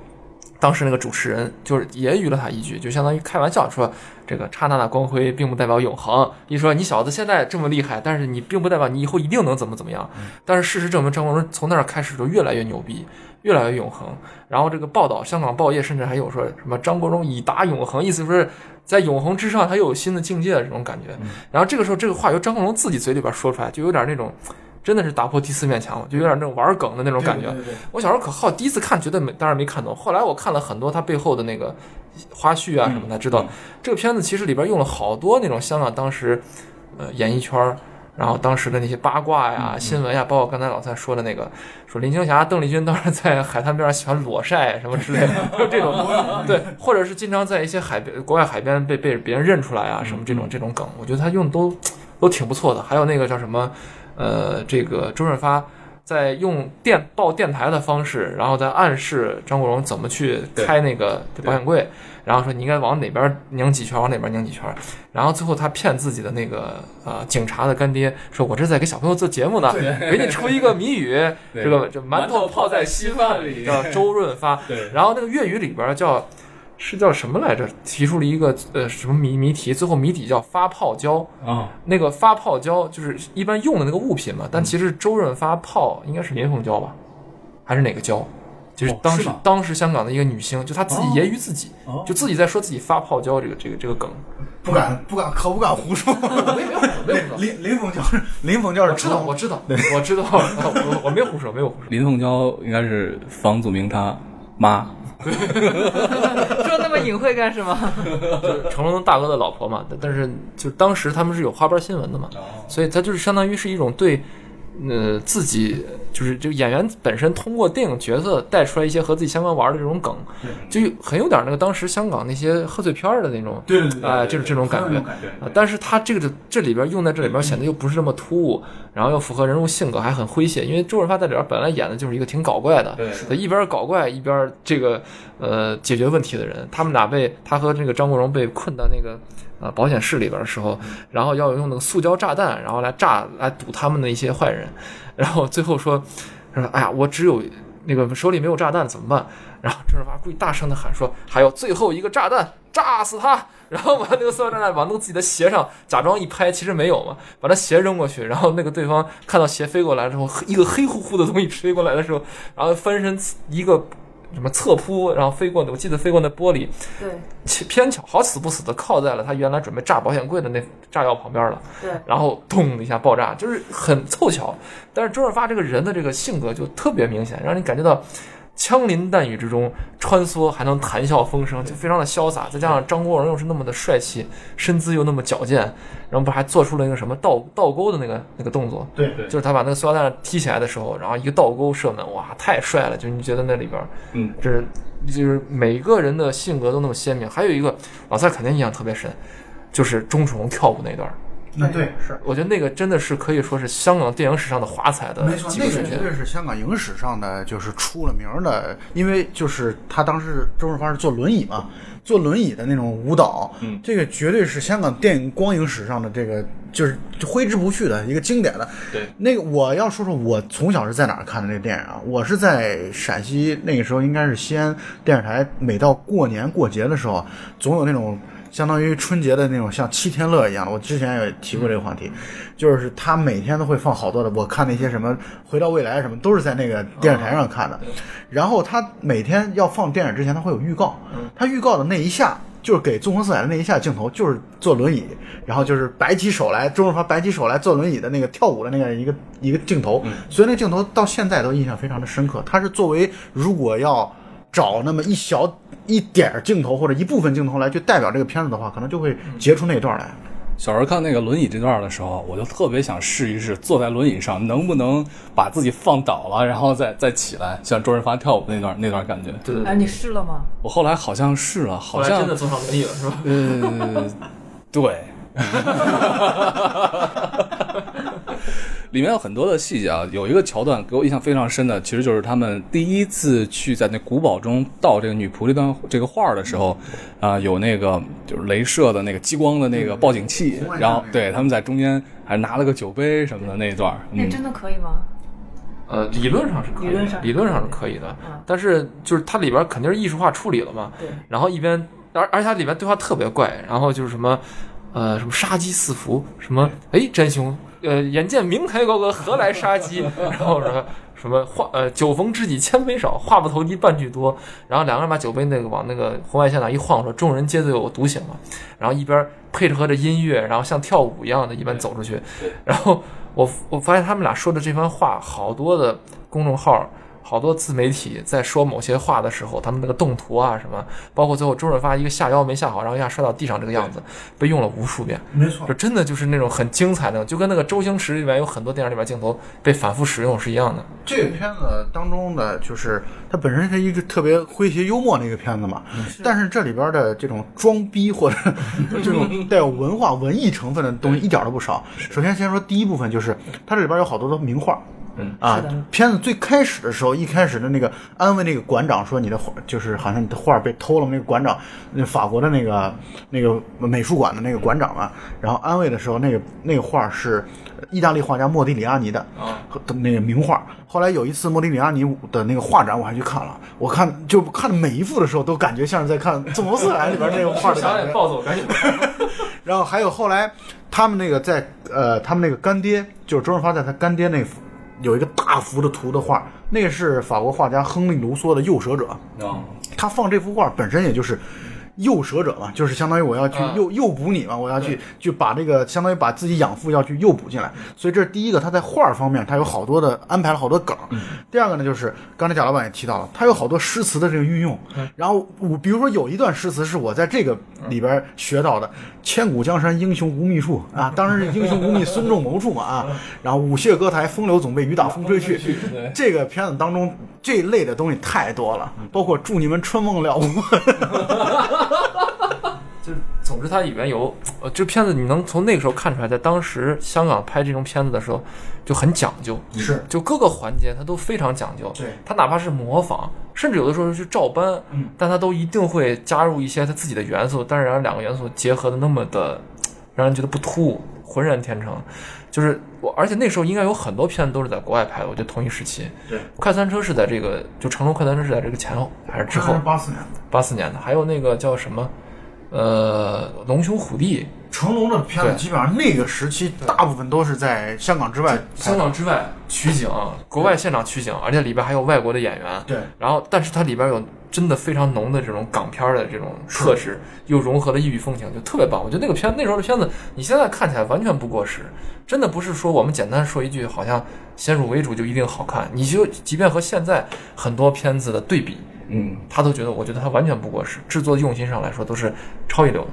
当时那个主持人就是揶揄了他一句，就相当于开玩笑说：“这个刹那的光辉并不代表永恒。”一说你小子现在这么厉害，但是你并不代表你以后一定能怎么怎么样。但是事实证明，张国荣从那儿开始就越来越牛逼，越来越永恒。然后这个报道，香港报业甚至还有说什么张国荣已达永恒，意思说是在永恒之上他又有新的境界的这种感觉。然后这个时候，这个话由张国荣自己嘴里边说出来，就有点那种。真的是打破第四面墙了，就有点那种玩梗的那种感觉。我小时候可好，第一次看觉得没，当然没看懂。后来我看了很多它背后的那个花絮啊什么的，才知道、这个片子其实里边用了好多那种香港当时呃演艺圈儿，然后当时的那些八卦呀、新闻呀，包括刚才老蔡说的那个，说林青霞、邓丽君当时在海滩边上喜欢裸晒什么之类的， <laughs> 就这种对，或者是经常在一些海边、国外海边被被别人认出来啊什么这种这种梗，我觉得他用的都都挺不错的。还有那个叫什么，呃，这个周润发。在用电报电台的方式，然后再暗示张国荣怎么去
对
开那个保险柜，然后说你应该往哪边拧几圈，往哪边拧几圈，然后最后他骗自己的那个呃警察的干爹，说我这在给小朋友做节目呢，给你出一个谜语，
<laughs> 对
这个这馒头泡在稀饭里叫周润发，
<laughs> 对
然后那个粤语里边叫是叫什么来着？提出了一个呃什么谜谜题，最后谜底叫发泡胶。
啊，
那个发泡胶就是一般用的那个物品嘛，但其实周润发泡应该是林凤娇吧，还是哪个胶？就是
哦
当
是
时、
吗
当时香港的一个女星，就她自己揶揄自己，
哦
就自己在说自己发泡胶这个这个这个梗。
不敢不敢，可不敢胡说。
我也没有嗯我没有胡说，
林林峰教授，林峰教授
我知道我知道我知道，我我没有胡说没有胡说。
林凤娇应该是房祖名他妈，
<laughs> 说那么隐晦干什么？
就是成龙大哥的老婆嘛，但但是就是当时他们是有花边新闻的嘛，所以他就是相当于是一种对，呃，自己就是这个演员本身通过电影角色带出来一些和自己相关玩的这种梗，就有很有点那个当时香港那些贺岁片儿的那种，
对对对对
啊、就是这种感觉。啊，但是他这个这里边用在这里边显得又不是那么突兀，然后又符合人物性格，还很诙谐。因为周润发在里边本来演的就是一个挺搞怪的，对，一边搞怪一边这个呃解决问题的人。他们俩被他和这个张国荣被困到那个呃保险室里边的时候，然后要用那个塑胶炸弹，然后来炸来堵他们的一些坏人，然后最后说说哎呀，我只有那个手里没有炸弹怎么办？然后周润发故意大声的喊说：“还有最后一个炸弹，炸死他！” <laughs> 然后把那个塑料炸弹往那个自己的鞋上假装一拍，其实没有嘛，把他鞋扔过去。然后那个对方看到鞋飞过来之后，一个黑乎乎的东西飞过来的时候，然后翻身一个什么侧扑，然后飞过，我记得飞过那玻璃，
对
其偏巧好死不死的靠在了他原来准备炸保险柜的那炸药旁边了。
对，
然后咚一下爆炸，就是很凑巧。但是周润发这个人的这个性格就特别明显，让你感觉到枪林弹雨之中穿梭，还能谈笑风生，就非常的潇洒。再加上张国荣又是那么的帅气，身姿又那么矫健，然后不还做出了一个什么倒倒钩的那个那个动作，
对
对
就是他把那个塑料弹踢起来的时候，然后一个倒钩射门，哇，太帅了！就你觉得那里边，
嗯，
这是就是每个人的性格都那么鲜明。还有一个老蔡肯定印象特别深，就是钟楚红跳舞那段儿。
那对是。
我觉得那个真的是可以说是香港电影史上的华彩的
没错，
几
那
个
个
瞬
绝
间。
对是香港影史上的就是出了名儿的，因为就是他当时周润发是坐轮椅嘛，坐轮椅的那种舞蹈，
嗯
这个绝对是香港电影光影史上的这个就是挥之不去的一个经典的。
对，
那个我要说说我从小是在哪儿看的这个电影啊？我是在陕西，那个时候应该是西安电视台，每到过年过节的时候，总有那种。相当于春节的那种像七天乐一样的，我之前也提过这个话题，就是他每天都会放好多的，我看那些什么《回到未来》什么，都是在那个电视台上看的。然后他每天要放电影之前，他会有预告，他预告的那一下就是给纵横四海的那一下镜头，就是坐轮椅，然后就是摆起手来，周润发摆起手来坐轮椅的那个跳舞的那个一个一个镜头，所以那镜头到现在都印象非常的深刻。他是作为如果要找那么一小一点儿镜头或者一部分镜头来去代表这个片子的话，可能就会截出那一段来。
小时候看那个轮椅这段的时候，我就特别想试一试，坐在轮椅上能不能把自己放倒了，然后再再起来，像周润发跳舞那段那段感觉。
对对
哎，
对，
你试了吗？
我后来好像试了，
后
好
来
像
真的坐上轮椅了是吧？
呃，对。里面有很多的细节啊，有一个桥段给我印象非常深的，其实就是他们第一次去在那古堡中盗这个女仆这段这个画儿的时候，啊、有那个就是镭射的那个激光的那个报警器，
嗯
红外
然后
上那个
对他们在中间还拿了个酒杯什么的那一段儿，
那
嗯，
真的可以吗？
呃，理论上是可以的，
理论上
理论上是可以的
嗯，
但是就是它里边肯定是艺术化处理了嘛，
对，
然后一边，而而且它里面对话特别怪，然后就是什么，呃，什么杀机四伏，什么哎，真凶，呃，眼见明台高阁，何来杀机？
<laughs>
然后什么什么话，呃，酒逢知己千杯少，话不投机半句多。然后两个人把酒杯那个往那个红外线那一晃，说众人皆醉我独醒嘛。然后一边配合着音乐，然后像跳舞一样的，一边走出去。然后我我发现他们俩说的这番话，好多的公众号。好多自媒体在说某些话的时候，他们那个动图啊什么，包括最后周润发一个下腰没下好，然后一下摔到地上这个样子，被用了无数遍。
没错
就，真的就是那种很精彩的，就跟那个周星驰里面有很多电影里面镜头被反复使用是一样的。
这个片子当中的就是它本身是一个特别诙谐幽默的一个片子嘛，但是这里边的这种装逼或者这种带有文化文艺成分的东西一点儿都不少。首先先说第一部分，就是它这里边有好多的名画。嗯啊
是的，
片子最开始的时候，一开始的那个安慰那个馆长说你的画就是好像你的画被偷了嘛，那个馆长，那法国的那个那个美术馆的那个馆长嘛，然后安慰的时候，那个那个画是意大利画家莫迪里阿尼的，和那个名画。后来有一次莫迪里阿尼的那个画展，我还去看了，我看就看每一幅的时候，都感觉像是在看《纵横四海》里边那个画的感觉。
走，赶紧。
然后还有后来他们那个在呃，他们那个干爹，就是周润发在他干爹那幅有一个大幅的图的画，那个是法国画家亨利·卢梭的《右舍者》。
哦
他放这幅画本身也就是诱舍者嘛，就是相当于我要去
啊
诱诱捕你嘛，我要去去把这个相当于把自己养父要去诱捕进来，所以这是第一个，他在画儿方面他有好多的安排了好多梗儿。第二个呢，就是刚才贾老板也提到了，他有好多诗词的这个运用。然后我比如说有一段诗词是我在这个里边学到的，“千古江山英雄无觅处”啊，当然是英雄无 <laughs> 觅孙仲谋处嘛啊。然后“舞榭歌台风流总被雨打风吹去”，这个片子当中这一类的东西太多了，包括“祝你们春梦了无”。
就是， <laughs> 总之它里面有，呃，这片子你能从那个时候看出来，在当时香港拍这种片子的时候就很讲究，
是
就各个环节它都非常讲究。
对
它哪怕是模仿，甚至有的时候是照搬，嗯，但它都一定会加入一些它自己的元素，但是让两个元素结合的那么的，让人觉得不突兀，浑然天成。就是我，而且那时候应该有很多片子都是在国外拍的，我觉得同一时期。
对，
快餐车是在这个，就成龙快餐车是在这个前后还是之后？
八四年，
八四年的，还有那个叫什么，呃，龙兄虎弟，
成龙的片子
对
基本上那个时期大部分都是在香港之外拍
香
的。
港之外取景，国外现场取景，而且里边还有外国的演员。
对，
然后，但是它里边有真的非常浓的这种港片儿的这种特质，又融合了异域风情，就特别棒。我觉得那个片那时候的片子，你现在看起来完全不过时，真的不是说我们简单说一句好像先入为主就一定好看。你就即便和现在很多片子的对比，
嗯，
他都觉得我觉得它完全不过时，制作用心上来说都是超一流的。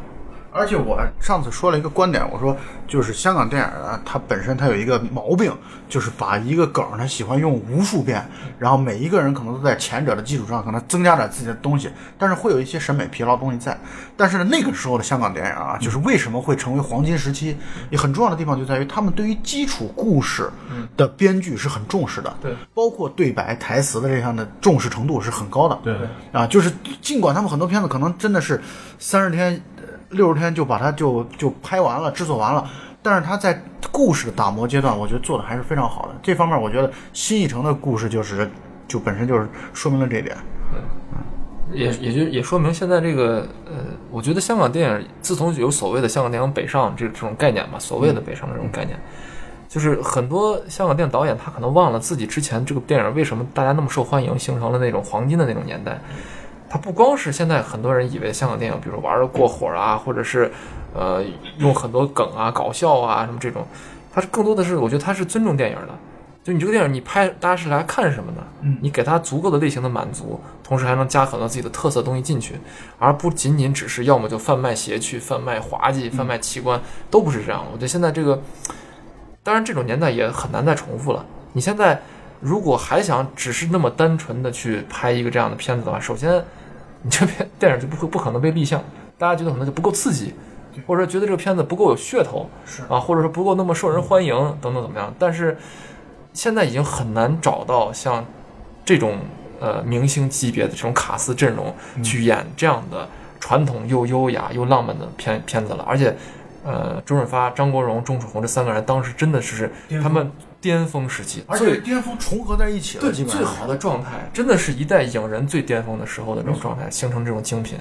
而且我上次说了一个观点，我说就是香港电影啊，它本身它有一个毛病，就是把一个梗儿它喜欢用无数遍，然后每一个人可能都在前者的基础上可能增加点自己的东西，但是会有一些审美疲劳东西在。但是呢，那个时候的香港电影啊，就是为什么会成为黄金时期，也很重要的地方就在于他们对于基础故事的编剧是很重视的，
对，
包括对白、台词的这项的重视程度是很高的，对。啊，就是尽管他们很多片子可能真的是三十天、呃六十天就把它就就拍完了、制作完了，但是他在故事的打磨阶段，我觉得做的还是非常好的。这方面，我觉得新艺城的故事就是就本身就是说明了这一点。
也也就也说明现在这个呃，我觉得香港电影自从有所谓的香港电影北上这这种概念吧，所谓的北上这种概念，就是很多香港电影导演他可能忘了自己之前这个电影为什么大家那么受欢迎，形成了那种黄金的那种年代。它不光是现在很多人以为香港电影，比如玩的过火啊，或者是呃用很多梗啊、搞笑啊什么这种，它是更多的是我觉得它是尊重电影的，就你这个电影，你拍大家是来看什么的？
嗯
你给他足够的类型的满足，同时还能加很多自己的特色东西进去，而不仅仅只是要么就贩卖邪趣、贩卖滑稽、贩卖奇观，都不是这样。我觉得现在这个，当然这种年代也很难再重复了。你现在如果还想只是那么单纯的去拍一个这样的片子的话，首先你这片电影就不会不可能被立项，大家觉得可能就不够刺激，或者说觉得这个片子不够有噱头，
是
啊，或者说不够那么受人欢迎等等怎么样？但是现在已经很难找到像这种呃明星级别的这种卡司阵容
嗯
去演这样的传统又优雅又浪漫的片片子了，而且。呃，周润发、张国荣、钟楚红这三个人当时真的是
巅峰
他们巅峰时期，
而
最
且巅峰重合在一起了，
对
基本
最
上
好的状态，真的是一代影人最巅峰的时候的
嗯
这种状态，形成这种精品，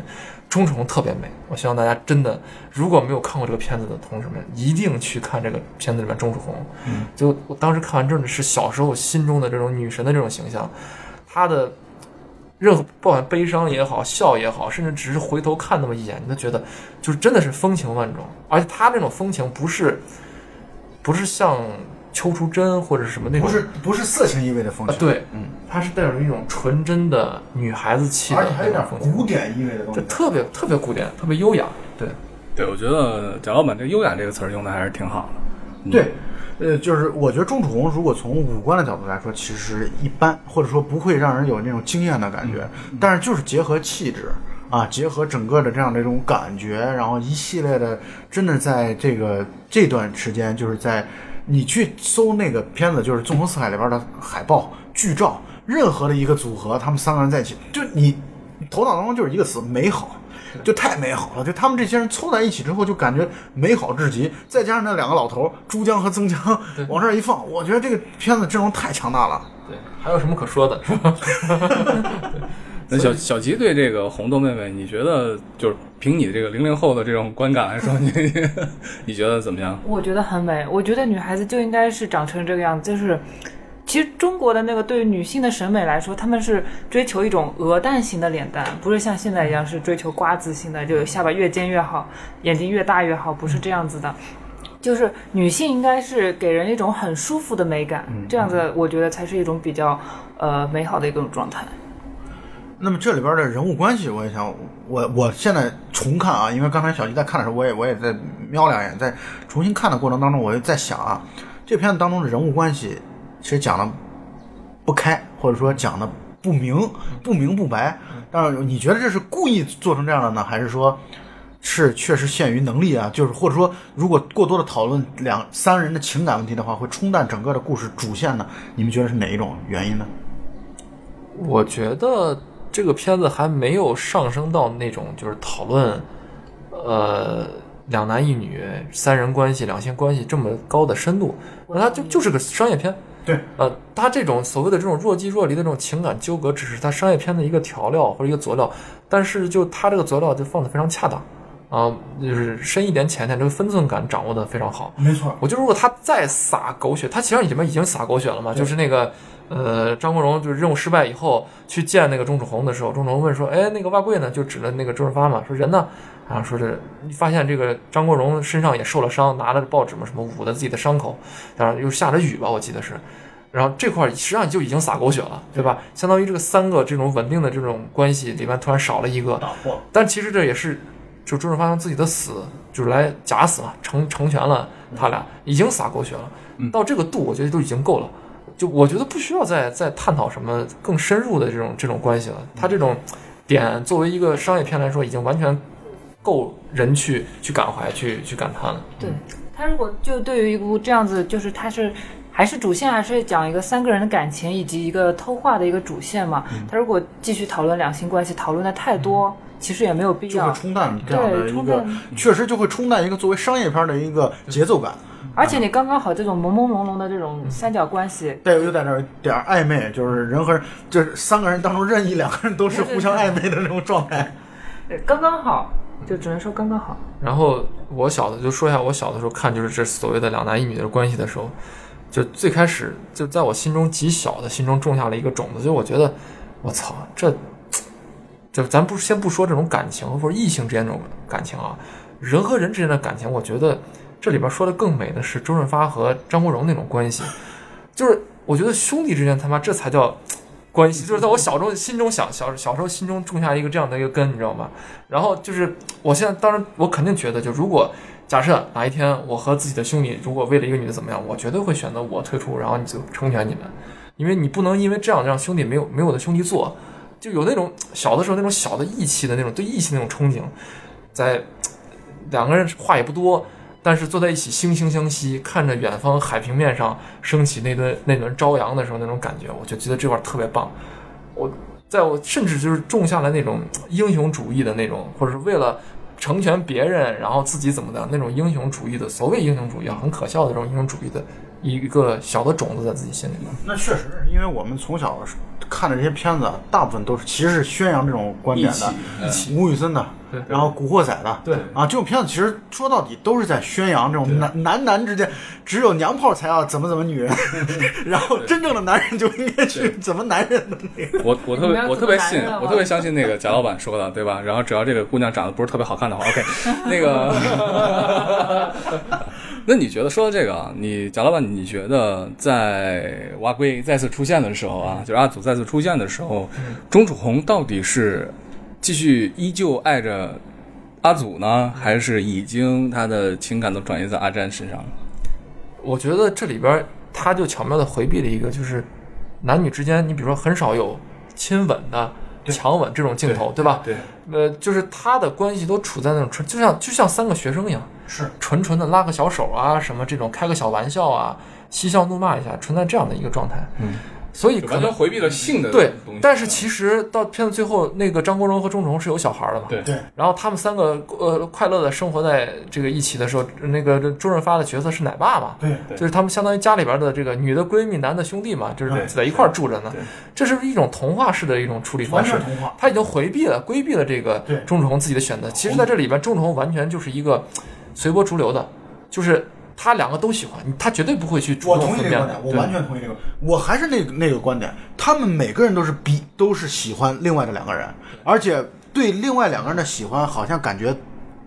钟楚红特别美。我希望大家真的，如果没有看过这个片子的同志们，一定去看这个片子里面钟楚红。
嗯
就我当时看完，真的是小时候心中的这种女神的这种形象，她的任何不管悲伤也好，笑也好，甚至只是回头看那么一眼，你都觉得就是真的是风情万种，而且她这种风情不是不是像邱淑贞或者什么那种，
不是不是色情意味的风
啊
情，，
对，
嗯，
它是带有一种纯真的女孩子气
而且
的
还有
那
点
种风
古
情，
典意味的东
对，
西。
特别特别古典，特别优雅，对，
对，我觉得贾老板这“优雅”这个词儿用的还是挺好的。
对，呃，就是我觉得钟楚红如果从五官的角度来说，其实一般，或者说不会让人有那种惊艳的感觉，但是就是结合气质。啊，结合整个的这样的一种感觉，然后一系列的，真的在这个这段时间，就是在你去搜那个片子，就是《纵横四海》里边的海报、剧照，任何的一个组合，他们三个人在一起，就你头脑当中就是一个词美好，就太美好了。就他们这些人凑在一起之后，就感觉美好至极。再加上那两个老头儿朱江和曾江往这儿一放，我觉得这个片子阵容太强大了。
对，还有什么可说的，是 <laughs> 吧？
那小小吉对这个红豆妹妹，你觉得就是凭你这个零零后的这种观感来说，你 <laughs> 你觉得怎么样？
我觉得很美。我觉得女孩子就应该是长成这个样子，就是。其实中国的那个对于女性的审美来说，他们是追求一种鹅蛋型的脸蛋，不是像现在一样是追求瓜子型的，就下巴越尖越好，眼睛越大越好，不是这样子的。就是女性应该是给人一种很舒服的美感，这样子我觉得才是一种比较呃美好的一种状态。
那么这里边的人物关系，我也想，我我现在重看啊，因为刚才小吉在看的时候，我也我也在瞄两眼，在重新看的过程当中，我就在想啊，这片子当中的人物关系其实讲的不开，或者说讲的不明不明不白。但是你觉得这是故意做成这样的呢，还是说是确实限于能力啊？就是或者说，如果过多的讨论两三人的情感问题的话，会冲淡整个的故事主线呢？你们觉得是哪一种原因呢？
我觉得这个片子还没有上升到那种就是讨论，呃，两男一女、三人关系、两性关系这么高的深度，那它就就是个商业片。
对，
呃，它这种所谓的这种若即若离的这种情感纠葛，只是它商业片的一个调料或者一个佐料，但是就它这个佐料就放的非常恰当，啊、就是深一点浅一点，这个分寸感掌握的非常好。
没错，
我就如果他再撒狗血，他其实里面已经撒狗血了嘛，就是那个呃张国荣就是任务失败以后去见那个钟楚红的时候，钟楚红问说：“哎，那个万贵呢？”就指着那个周润发嘛，说人呢？然后说这发现这个张国荣身上也受了伤，拿着报纸嘛什么捂的自己的伤口，当然又下着雨吧，我记得是。然后这块儿实际上就已经撒狗血了，对吧？相当于这个三个这种稳定的这种关系里面突然少了一个，
破了。
但其实这也是，就周润发用自己的死，就是来假死嘛，成成全了他俩，已经撒狗血了。到这个度，我觉得都已经够了。就我觉得不需要再再探讨什么更深入的这种这种关系了。他这种点作为一个商业片来说，已经完全够人去去感怀、去去感叹了。
对他如果就对于一部这样子，就是他是还是主线，还是讲一个三个人的感情以及一个偷画的一个主线嘛？
嗯
他如果继续讨论两性关系，讨论的太多，其实也没有必
就会
要。
冲淡你这样的
对
一
冲
个
淡，
确实就会冲淡一个作为商业片的一个节奏感。
而且你刚刚好这种朦朦胧胧的这种三角关系，
带有点儿点儿暧昧，就是人和人，就是三个人当中任意两个人都是互相暧昧的那种状态。
对呃刚刚好，就只能说刚刚好。
然后我小的就说一下，我小的时候看就是这所谓的两男一女的关系的时候，就最开始就在我心中极小的心中种下了一个种子，就我觉得，我操，这，这咱不先不说这种感情或者异性之间这种感情啊，人和人之间的感情，我觉得这里边说的更美的是周润发和张国荣那种关系，就是我觉得兄弟之间他妈这才叫关系，就是在我小时候心中想小小时候心中种下一个这样的一个根，你知道吗？然后就是我现在，当然我肯定觉得，就如果假设哪一天我和自己的兄弟如果为了一个女的怎么样，我绝对会选择我退出，然后你就成全你们，因为你不能因为这样让兄弟没有没有我的兄弟做，就有那种小的时候那种小的义气的那种对义气那种憧憬，在两个人话也不多，但是坐在一起惺惺相惜，看着远方海平面上升起那轮那轮朝阳的时候那种感觉，我就觉得这块儿特别棒。我在我甚至就是种下了那种英雄主义的那种，或者是为了成全别人，然后自己怎么的那种英雄主义的所谓英雄主义啊，很可笑的这种英雄主义的一个小的种子在自己心里面。
那确实，因为我们从小看的这些片子，大部分都是其实是宣扬这种观点的，
嗯
吴宇森的，然后《古惑仔》的，
对
啊，这种片子其实说到底都是在宣扬这种男男男之间，只有娘炮才要怎么怎么女人， <laughs> 然后真正的男人就应该去怎么男人的那个。
我我特别
你们要
我特别
怎么
信
拦着，
我
我
特别相信那个贾老板说的，对吧？然后只要这个姑娘长得不是特别好看的话，OK，那
<laughs>
个， <laughs> 那你觉得说到这个啊，你贾老板，你觉得在蛙龟再次出现的时候啊，就是阿祖再次出现的时候，钟楚红到底是继续依旧爱着阿祖呢，还是已经他的情感都转移在阿詹身上了？
我觉得这里边儿他就巧妙的回避了一个，就是男女之间，你比如说很少有亲吻的、强吻这种镜头，对吧？
对，
呃，就是他的关系都处在那种纯，就像就像三个学生一样，
是
纯纯的拉个小手啊，什么这种开个小玩笑啊，嬉笑怒骂一下，存在这样的一个状态。嗯，所以可
完
能
全回避了性的
对
东西，
但是其实到片子最后，那个张国荣和钟楚红是有小孩儿的嘛？
对
对
然后他们三个呃快乐的生活在这个一起的时候，那个周润发的角色是奶爸嘛？
对
对
就是他们相当于家里边的这个女的闺蜜，男的兄弟嘛，就是在一块儿住着呢。这是一种童话式的一种处理方式
完全童话，
他已经回避了、规避了这个
对哦
钟楚红自己的选择。其实，在这里边，钟楚红完全就是一个随波逐流的，就是他两个都喜欢，他绝对不会去主
我
动
同意
分
这个
辨的
观点，。我完全同意这个。我还是那个那个观点，他们每个人都是比都是喜欢另外的两个人，而且对另外两个人的喜欢好像感觉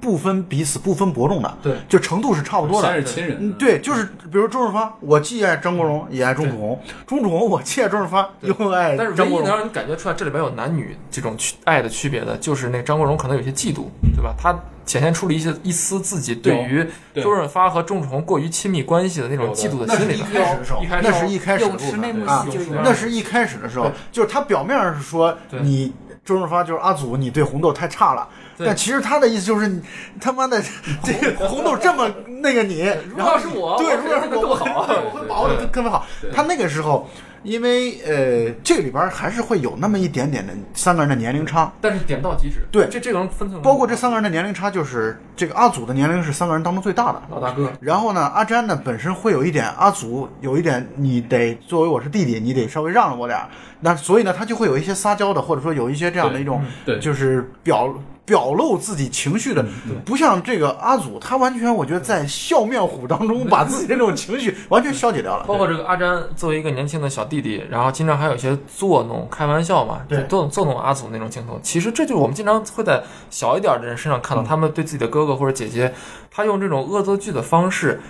不分彼此、不分伯仲的，
对，
就程度是差不多
先
的
是。亲人，
嗯，对，就是比如周润发，我既爱张国荣，也爱钟楚红；钟楚红，我既爱周润发，又爱
但是唯
哎张
一
国
能
荣。
让你感觉出来这里边有男女这种区爱的区别的，就是那张国荣可能有些嫉妒，对吧？他显现出了一些一丝自己对于
对
周润发和钟楚红过于亲密关系的那种嫉妒的
那
心
是
理
一
的。
开始的时候
一开，始
那是一开始的
泳池
部分
内幕
啊
戏就有
那是一开始的时候，就是他表面上是说
对
你周润发就是阿祖，你对红豆太差了。
对
但其实他的意思就是你他
<laughs>
妈的这个红豆这么那个你，
如果
然后
要
你
是我
对，
我
如果要是
肯定
我，
更好啊
我会把我的更好。他那个时候，因为呃，这里边还是会有那么一点点的三个人的年龄差，
但是点到即止，
对
这这种分寸很好，
包括这三个人的年龄差，就是这个阿祖的年龄是三个人当中最大的。
老大哥，
然后呢，阿詹呢本身会有一点，阿祖有一点，你得作为我是弟弟，你得稍微让着我点儿。那所以呢，他就会有一些撒娇的，或者说有一些这样的一种，
对嗯对嗯
就是表表露自己情绪的，不像这个阿祖，他完全我觉得在笑面虎当中把自己这种情绪完全消解掉了。
包括这个阿詹作为一个年轻的小弟弟，然后经常还有一些作弄、开玩笑嘛，
对
就作弄作弄阿祖那种镜头。其实这就是我们经常会在小一点的人身上看到，他们对自己的哥哥或者姐姐，他用这种恶作剧的方式，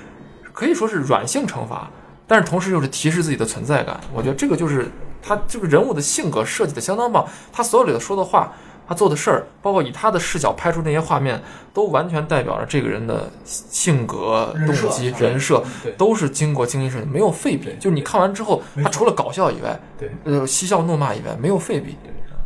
可以说是软性惩罚，但是同时又是提示自己的存在感。我觉得这个就是他这个人物的性格设计的相当棒，他所有里头说的话。他做的事儿，包括以他的视角拍出那些画面，都完全代表着这个人的性格、
人
动
设
机、
对
人设
啊对，
都是经过精心设计，没有废
对
品。就是你看完之后，他除了搞笑以外，
对，
呃，嬉笑怒骂以外，没有废品。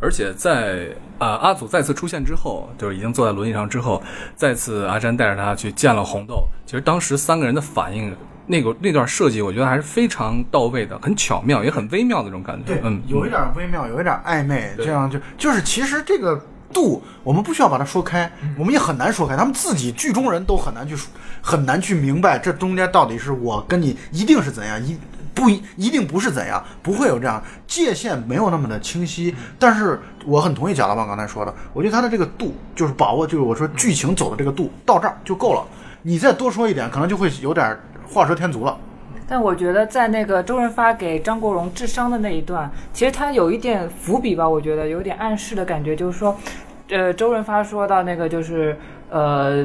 而且在啊、阿祖再次出现之后，就是已经坐在轮椅上之后，再次阿詹带着他去见了红豆。其实当时三个人的反应，那个那段设计，我觉得还是非常到位的，很巧妙，也很微妙的那种感觉。
对，
嗯，
有一点微妙，有一点暧昧，这样就就是其实这个度我们不需要把它说开，
嗯
我们也很难说开，他们自己剧中人都很难去说很难去明白这中间到底是我跟你一定是怎样一。不一一定不是怎样，不会有这样界限没有那么的清晰，
嗯
但是我很同意贾老板刚才说的，我觉得他的这个度就是把握，就是我说剧情走的这个度到这儿就够了，你再多说一点，可能就会有点画蛇添足了。
但我觉得在那个周润发给张国荣治伤的那一段，其实他有一点伏笔吧，我觉得有点暗示的感觉，就是说，呃，周润发说到那个就是呃。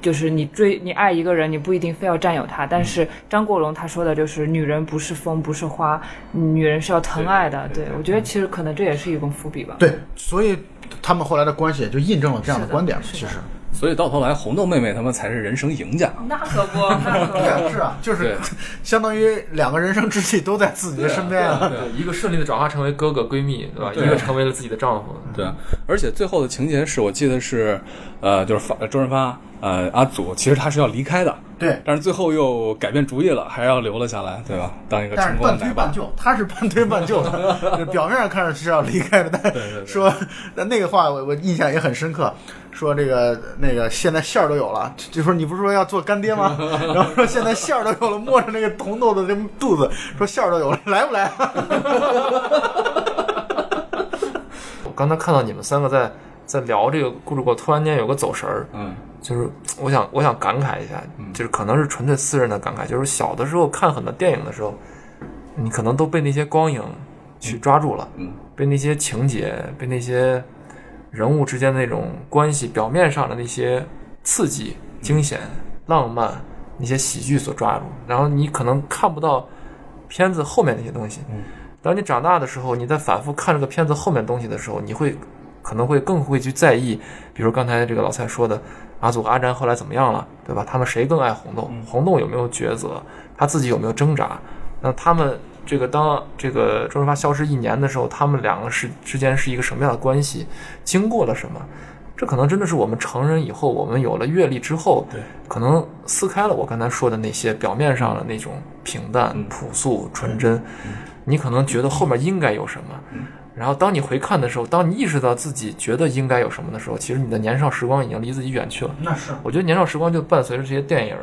就是你追你爱一个人，你不一定非要占有他。但是张国荣他说的就是，女人不是风，不是花，女人是要疼爱的。嗯对我觉得其实可能这也是一种伏笔吧。
对，所以他们后来的关系也就印证了这样的
是的
观点嘛。
是的
其实，
所以到头来，红豆妹妹他们才是人生赢家。
那可不，那可
对啊，是啊，就
对
是 <laughs> 相当于两个人生之气都在自己的身边啊。
对，呃一个顺利的转化成为哥哥闺蜜，对吧？
对嗯
一个成为了自己的丈夫，
对，啊而且最后的情节是我记得是，呃，就是发周润发，呃，阿祖其实他是要离开的，
对，
但是最后又改变主意了，还是要留了下来，对吧？当一个
但
成
是
功的
半
奶
推
爸
半。就，他是半推半就
<laughs>
的，表面上看着是要离开的，但
对对
说那那个话我我印象也很深刻，说这个那个现在馅儿都有了，就说你不是说要做干爹吗？ <laughs> 然后说现在馅儿都有了，摸着那个红豆的这肚子，说馅儿都有了，来不来？
我刚才看到你们三个在在聊这个故事过，突然间有个走神儿，
嗯，
就是我想我想感慨一下，就是可能是纯粹私人的感慨，就是小的时候看很多电影的时候，你可能都被那些光影去抓住了，
嗯
被那些情节，被那些人物之间的那种关系，表面上的那些刺激、
嗯
惊险、浪漫，那些喜剧所抓住，然后你可能看不到片子后面那些东
嗯
西。当你长大的时候，你在反复看这个片子后面东西的时候，你会可能会更会去在意，比如刚才这个老蔡说的，阿祖和阿詹后来怎么样了，对吧？他们谁更爱红豆？红豆有没有抉择？他自己有没有挣扎？那他们这个当这个周润发消失一年的时候，他们两个是之间是一个什么样的关系？经过了什么？这可能真的是我们成人以后，我们有了阅历之后，
对，
可能撕开了我刚才说的那些表面上的那种平淡、朴素、纯真，你可能觉得后面应该有什么。然后当你回看的时候，当你意识到自己觉得应该有什么的时候，其实你的年少时光已经离自己远去了。
<laughs> 那是
我觉得年少时光就伴随着这些电影儿，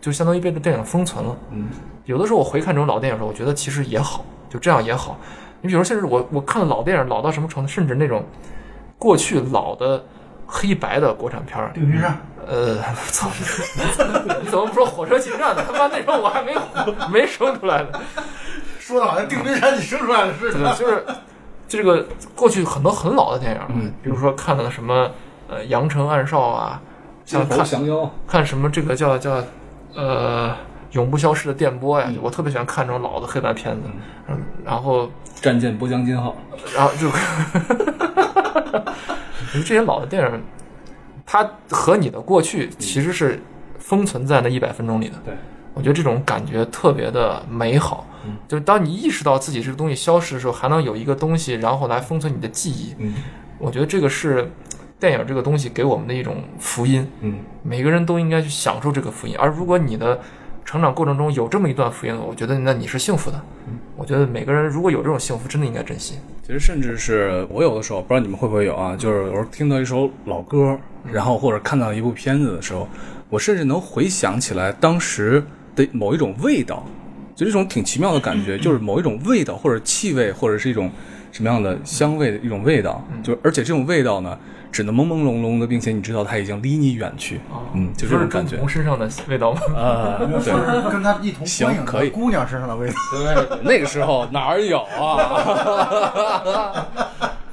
就相当于被这电影封存了。
嗯，
有的时候我回看这种老电影的时候，我觉得其实也好，就这样也好。你比如说，甚至我我看的老电影老到什么程度，甚至那种过去老的黑白的国产片儿，
顶云上，
呃， <laughs> 操！你怎么不 <laughs> 说《火车情站》呢？他妈那时候我还没火 <laughs> 没生出来呢。
说的好像定云山你生出来的似
对，
的。
就是这个过去很多很老的电影，
嗯，
比如说看的什么呃《阳城暗哨》啊，像看
降妖，
看什么这个叫叫呃永不消失的电波呀，我特别喜欢看这种老的黑白片子，嗯，然后
战舰不将金号，
然后就， <laughs> 这些老的电影，它和你的过去其实是封存在那一百分钟里的。
对，
我觉得这种感觉特别的美好。就是当你意识到自己这个东西消失的时候，还能有一个东西，然后来封存你的记忆。
嗯
我觉得这个是电影这个东西给我们的一种福音。
嗯，
每个人都应该去享受这个福音。而如果你的成长过程中有这么一段福音，我觉得那你是幸福的。
嗯
我觉得每个人如果有这种幸福，真的应该珍惜。
其实甚至是我有的时候，不知道你们会不会有啊，就是有时候听到一首老歌，然后或者看到一部片子的时候，我甚至能回想起来当时的某一种味道，就这种挺奇妙的感觉，就是某一种味道或者气味或者是一种什么样的香味的一种味道，就而且这种味道呢，只能朦朦胧胧的，并且你知道它已经离你远去，
哦
嗯，就这种感觉
红身上的味道吗？
<laughs> 啊，对。
是跟他一同
行
观影
可以
的姑娘身上的味道，
对，那个时候哪儿有啊？ <laughs>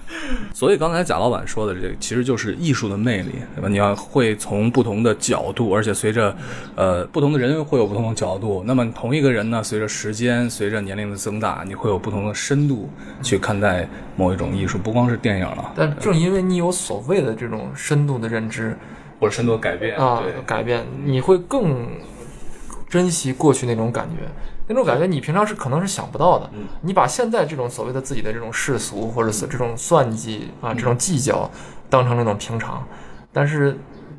所以刚才贾老板说的这个，其实就是艺术的魅力，对吧？你要会从不同的角度，而且随着，呃，不同的人会有不同的角度。那么同一个人呢，随着时间、随着年龄的增大，你会有不同的深度去看待某一种艺术，不光是电影了，
但正因为你有所谓的这种深度的认知
或者深度的改变
啊
对，，
改变，你会更珍惜过去那种感觉，那种感觉你平常是可能是想不到的。
嗯
你把现在这种所谓的自己的这种世俗或者是这种算计啊、这
嗯
种计较，当成那种平常，但是。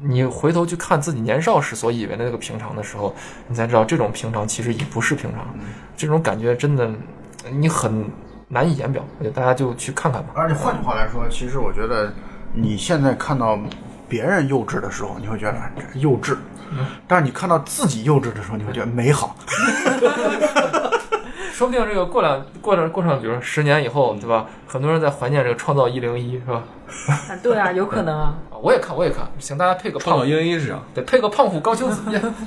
你回头去看自己年少时所以为的那个平常的时候，你才知道这种平常其实已不是平
嗯
常，这种感觉真的你很难以言表。我觉得大家就去看看吧。
<laughs> 而且换句话来说，其实我觉得你现在看到别人幼稚的时候，你会觉得哎这幼稚；但是你看到自己幼稚的时候，你会觉得美好。
说不定这个过两过两过上，比如说十年以后，对吧？很多人在怀念这个《创造一零一》，是吧？
不， <laughs> 对啊，有可能啊。
啊我也看，我也看，请大家配个
创
胖
造
虎，
一零一是啥？
得配个胖虎高清子。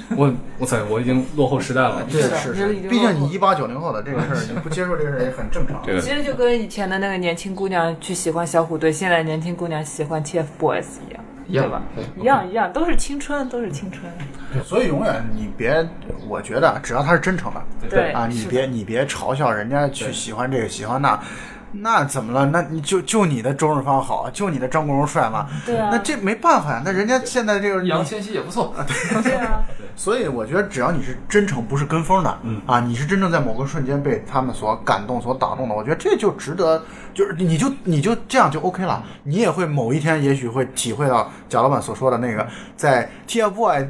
<laughs>
我我操，我已经落后时代了。
对
是
是
就是
是
已经，
毕竟你一八九零后的这
<laughs>
个事儿，你不接受这个事儿也很正常。
这个
其实就跟以前的那个年轻姑娘去喜欢小虎队，现在年轻姑娘喜欢 TFBOYS 一样。
一样
对吧？
对
一样一样，都是青春，都是青春。
对，所以永远你别，我觉得啊只要他是真诚的，
对
啊，你
是的
别你别嘲笑人家去喜欢这个喜欢那，那怎么了？那你就就你的周润发好，就你的张国荣帅嘛？
对啊
那这没办法呀，那人家现在这个
易烊千玺也不错，
对啊，
所以我觉得，只要你是真诚，不是跟风的，嗯啊，你是真正在某个瞬间被他们所感动、所打动的，我觉得这就值得，就是你就你就这样就 OK 了。你也会某一天，也许会体会到贾老板所说的那个，在 TFBOY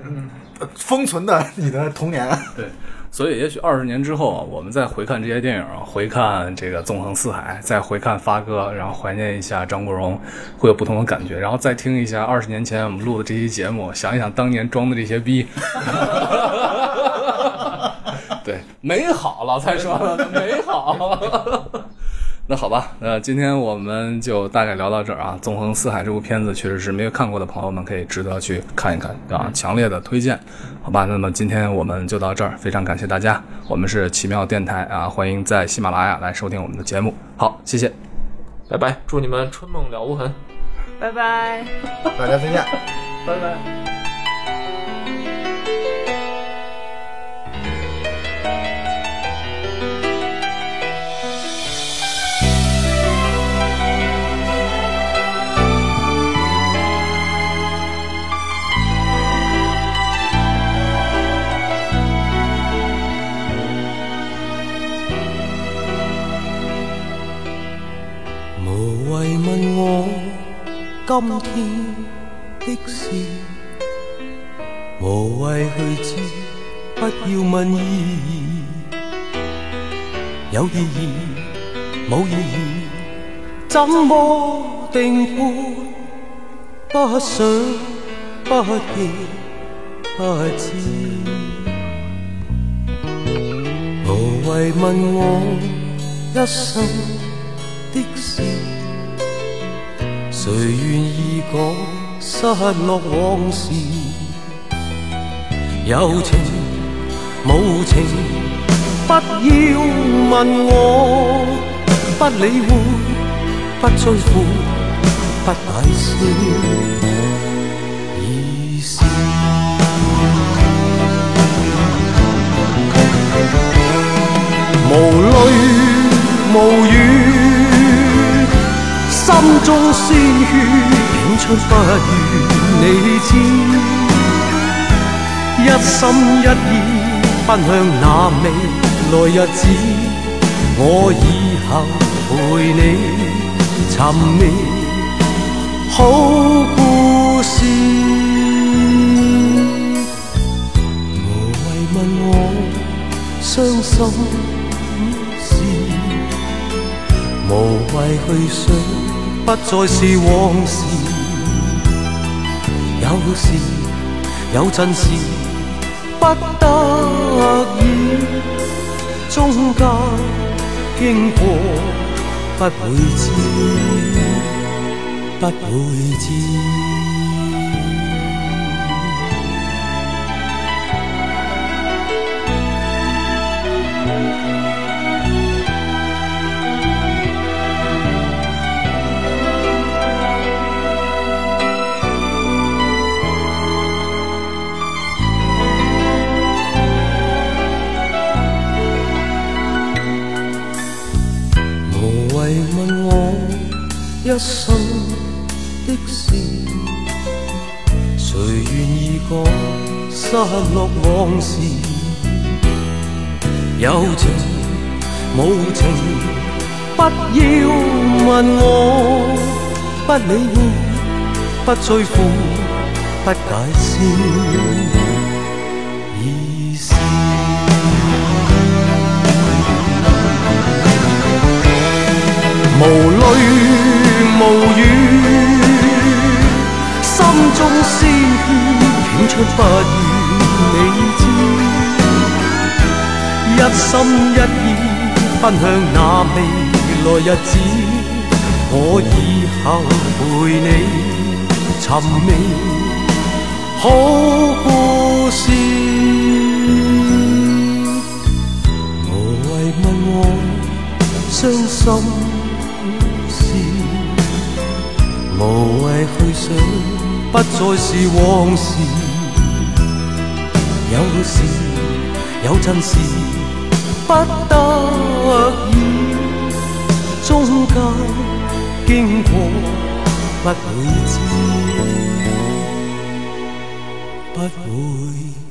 呃封存的你的童年。
<laughs> 对，所以也许二十年之后啊，我们再回看这些电影，回看这个《纵横四海》，再回看发哥，然后怀念一下张国荣，会有不同的感觉。然后再听一下二十年前我们录的这期节目，想一想当年装的这些逼。 <laughs> 对，美好，老蔡说了，美好。 <laughs> 那好吧，那今天我们就大概聊到这儿啊。《纵横四海》这部片子确实是没有看过的朋友们可以值得去看一看啊，强烈的推荐。好吧，那么今天我们就到这儿，非常感谢大家。我们是奇妙电台啊，欢迎在喜马拉雅来收听我们的节目。好，谢谢。
拜拜，祝你们春梦了无痕。
拜拜。
大家再见。
无谓问我今天的事，无谓去知，不要问意义，有意义冇意义，怎么定判？不想不记不知，无谓问我一生。的事，谁愿意讲失落往事？有情无情，不要问我，不理会，不追悔，不解释意思。无泪无语，心中鮮血涌出，不愿你知。一心一意奔向那未來日子，我以後陪你尋觅好故事。無謂問我傷心事，無謂去想，不再是往事。有時有陣時不得已，中間經過不會知，不會知。無謂問我一生的事，誰願意講失落往事？有情無情，不要問我，不理會，不追悔，不解釋意思。无泪无语，心中鮮血涌出，不愿你知。一心一意奔向那未來日子，我以後陪你尋觅好故事。無謂問我傷心事，無謂去想，不再是往事。有时有阵时不得已，终究经过不会知，不会。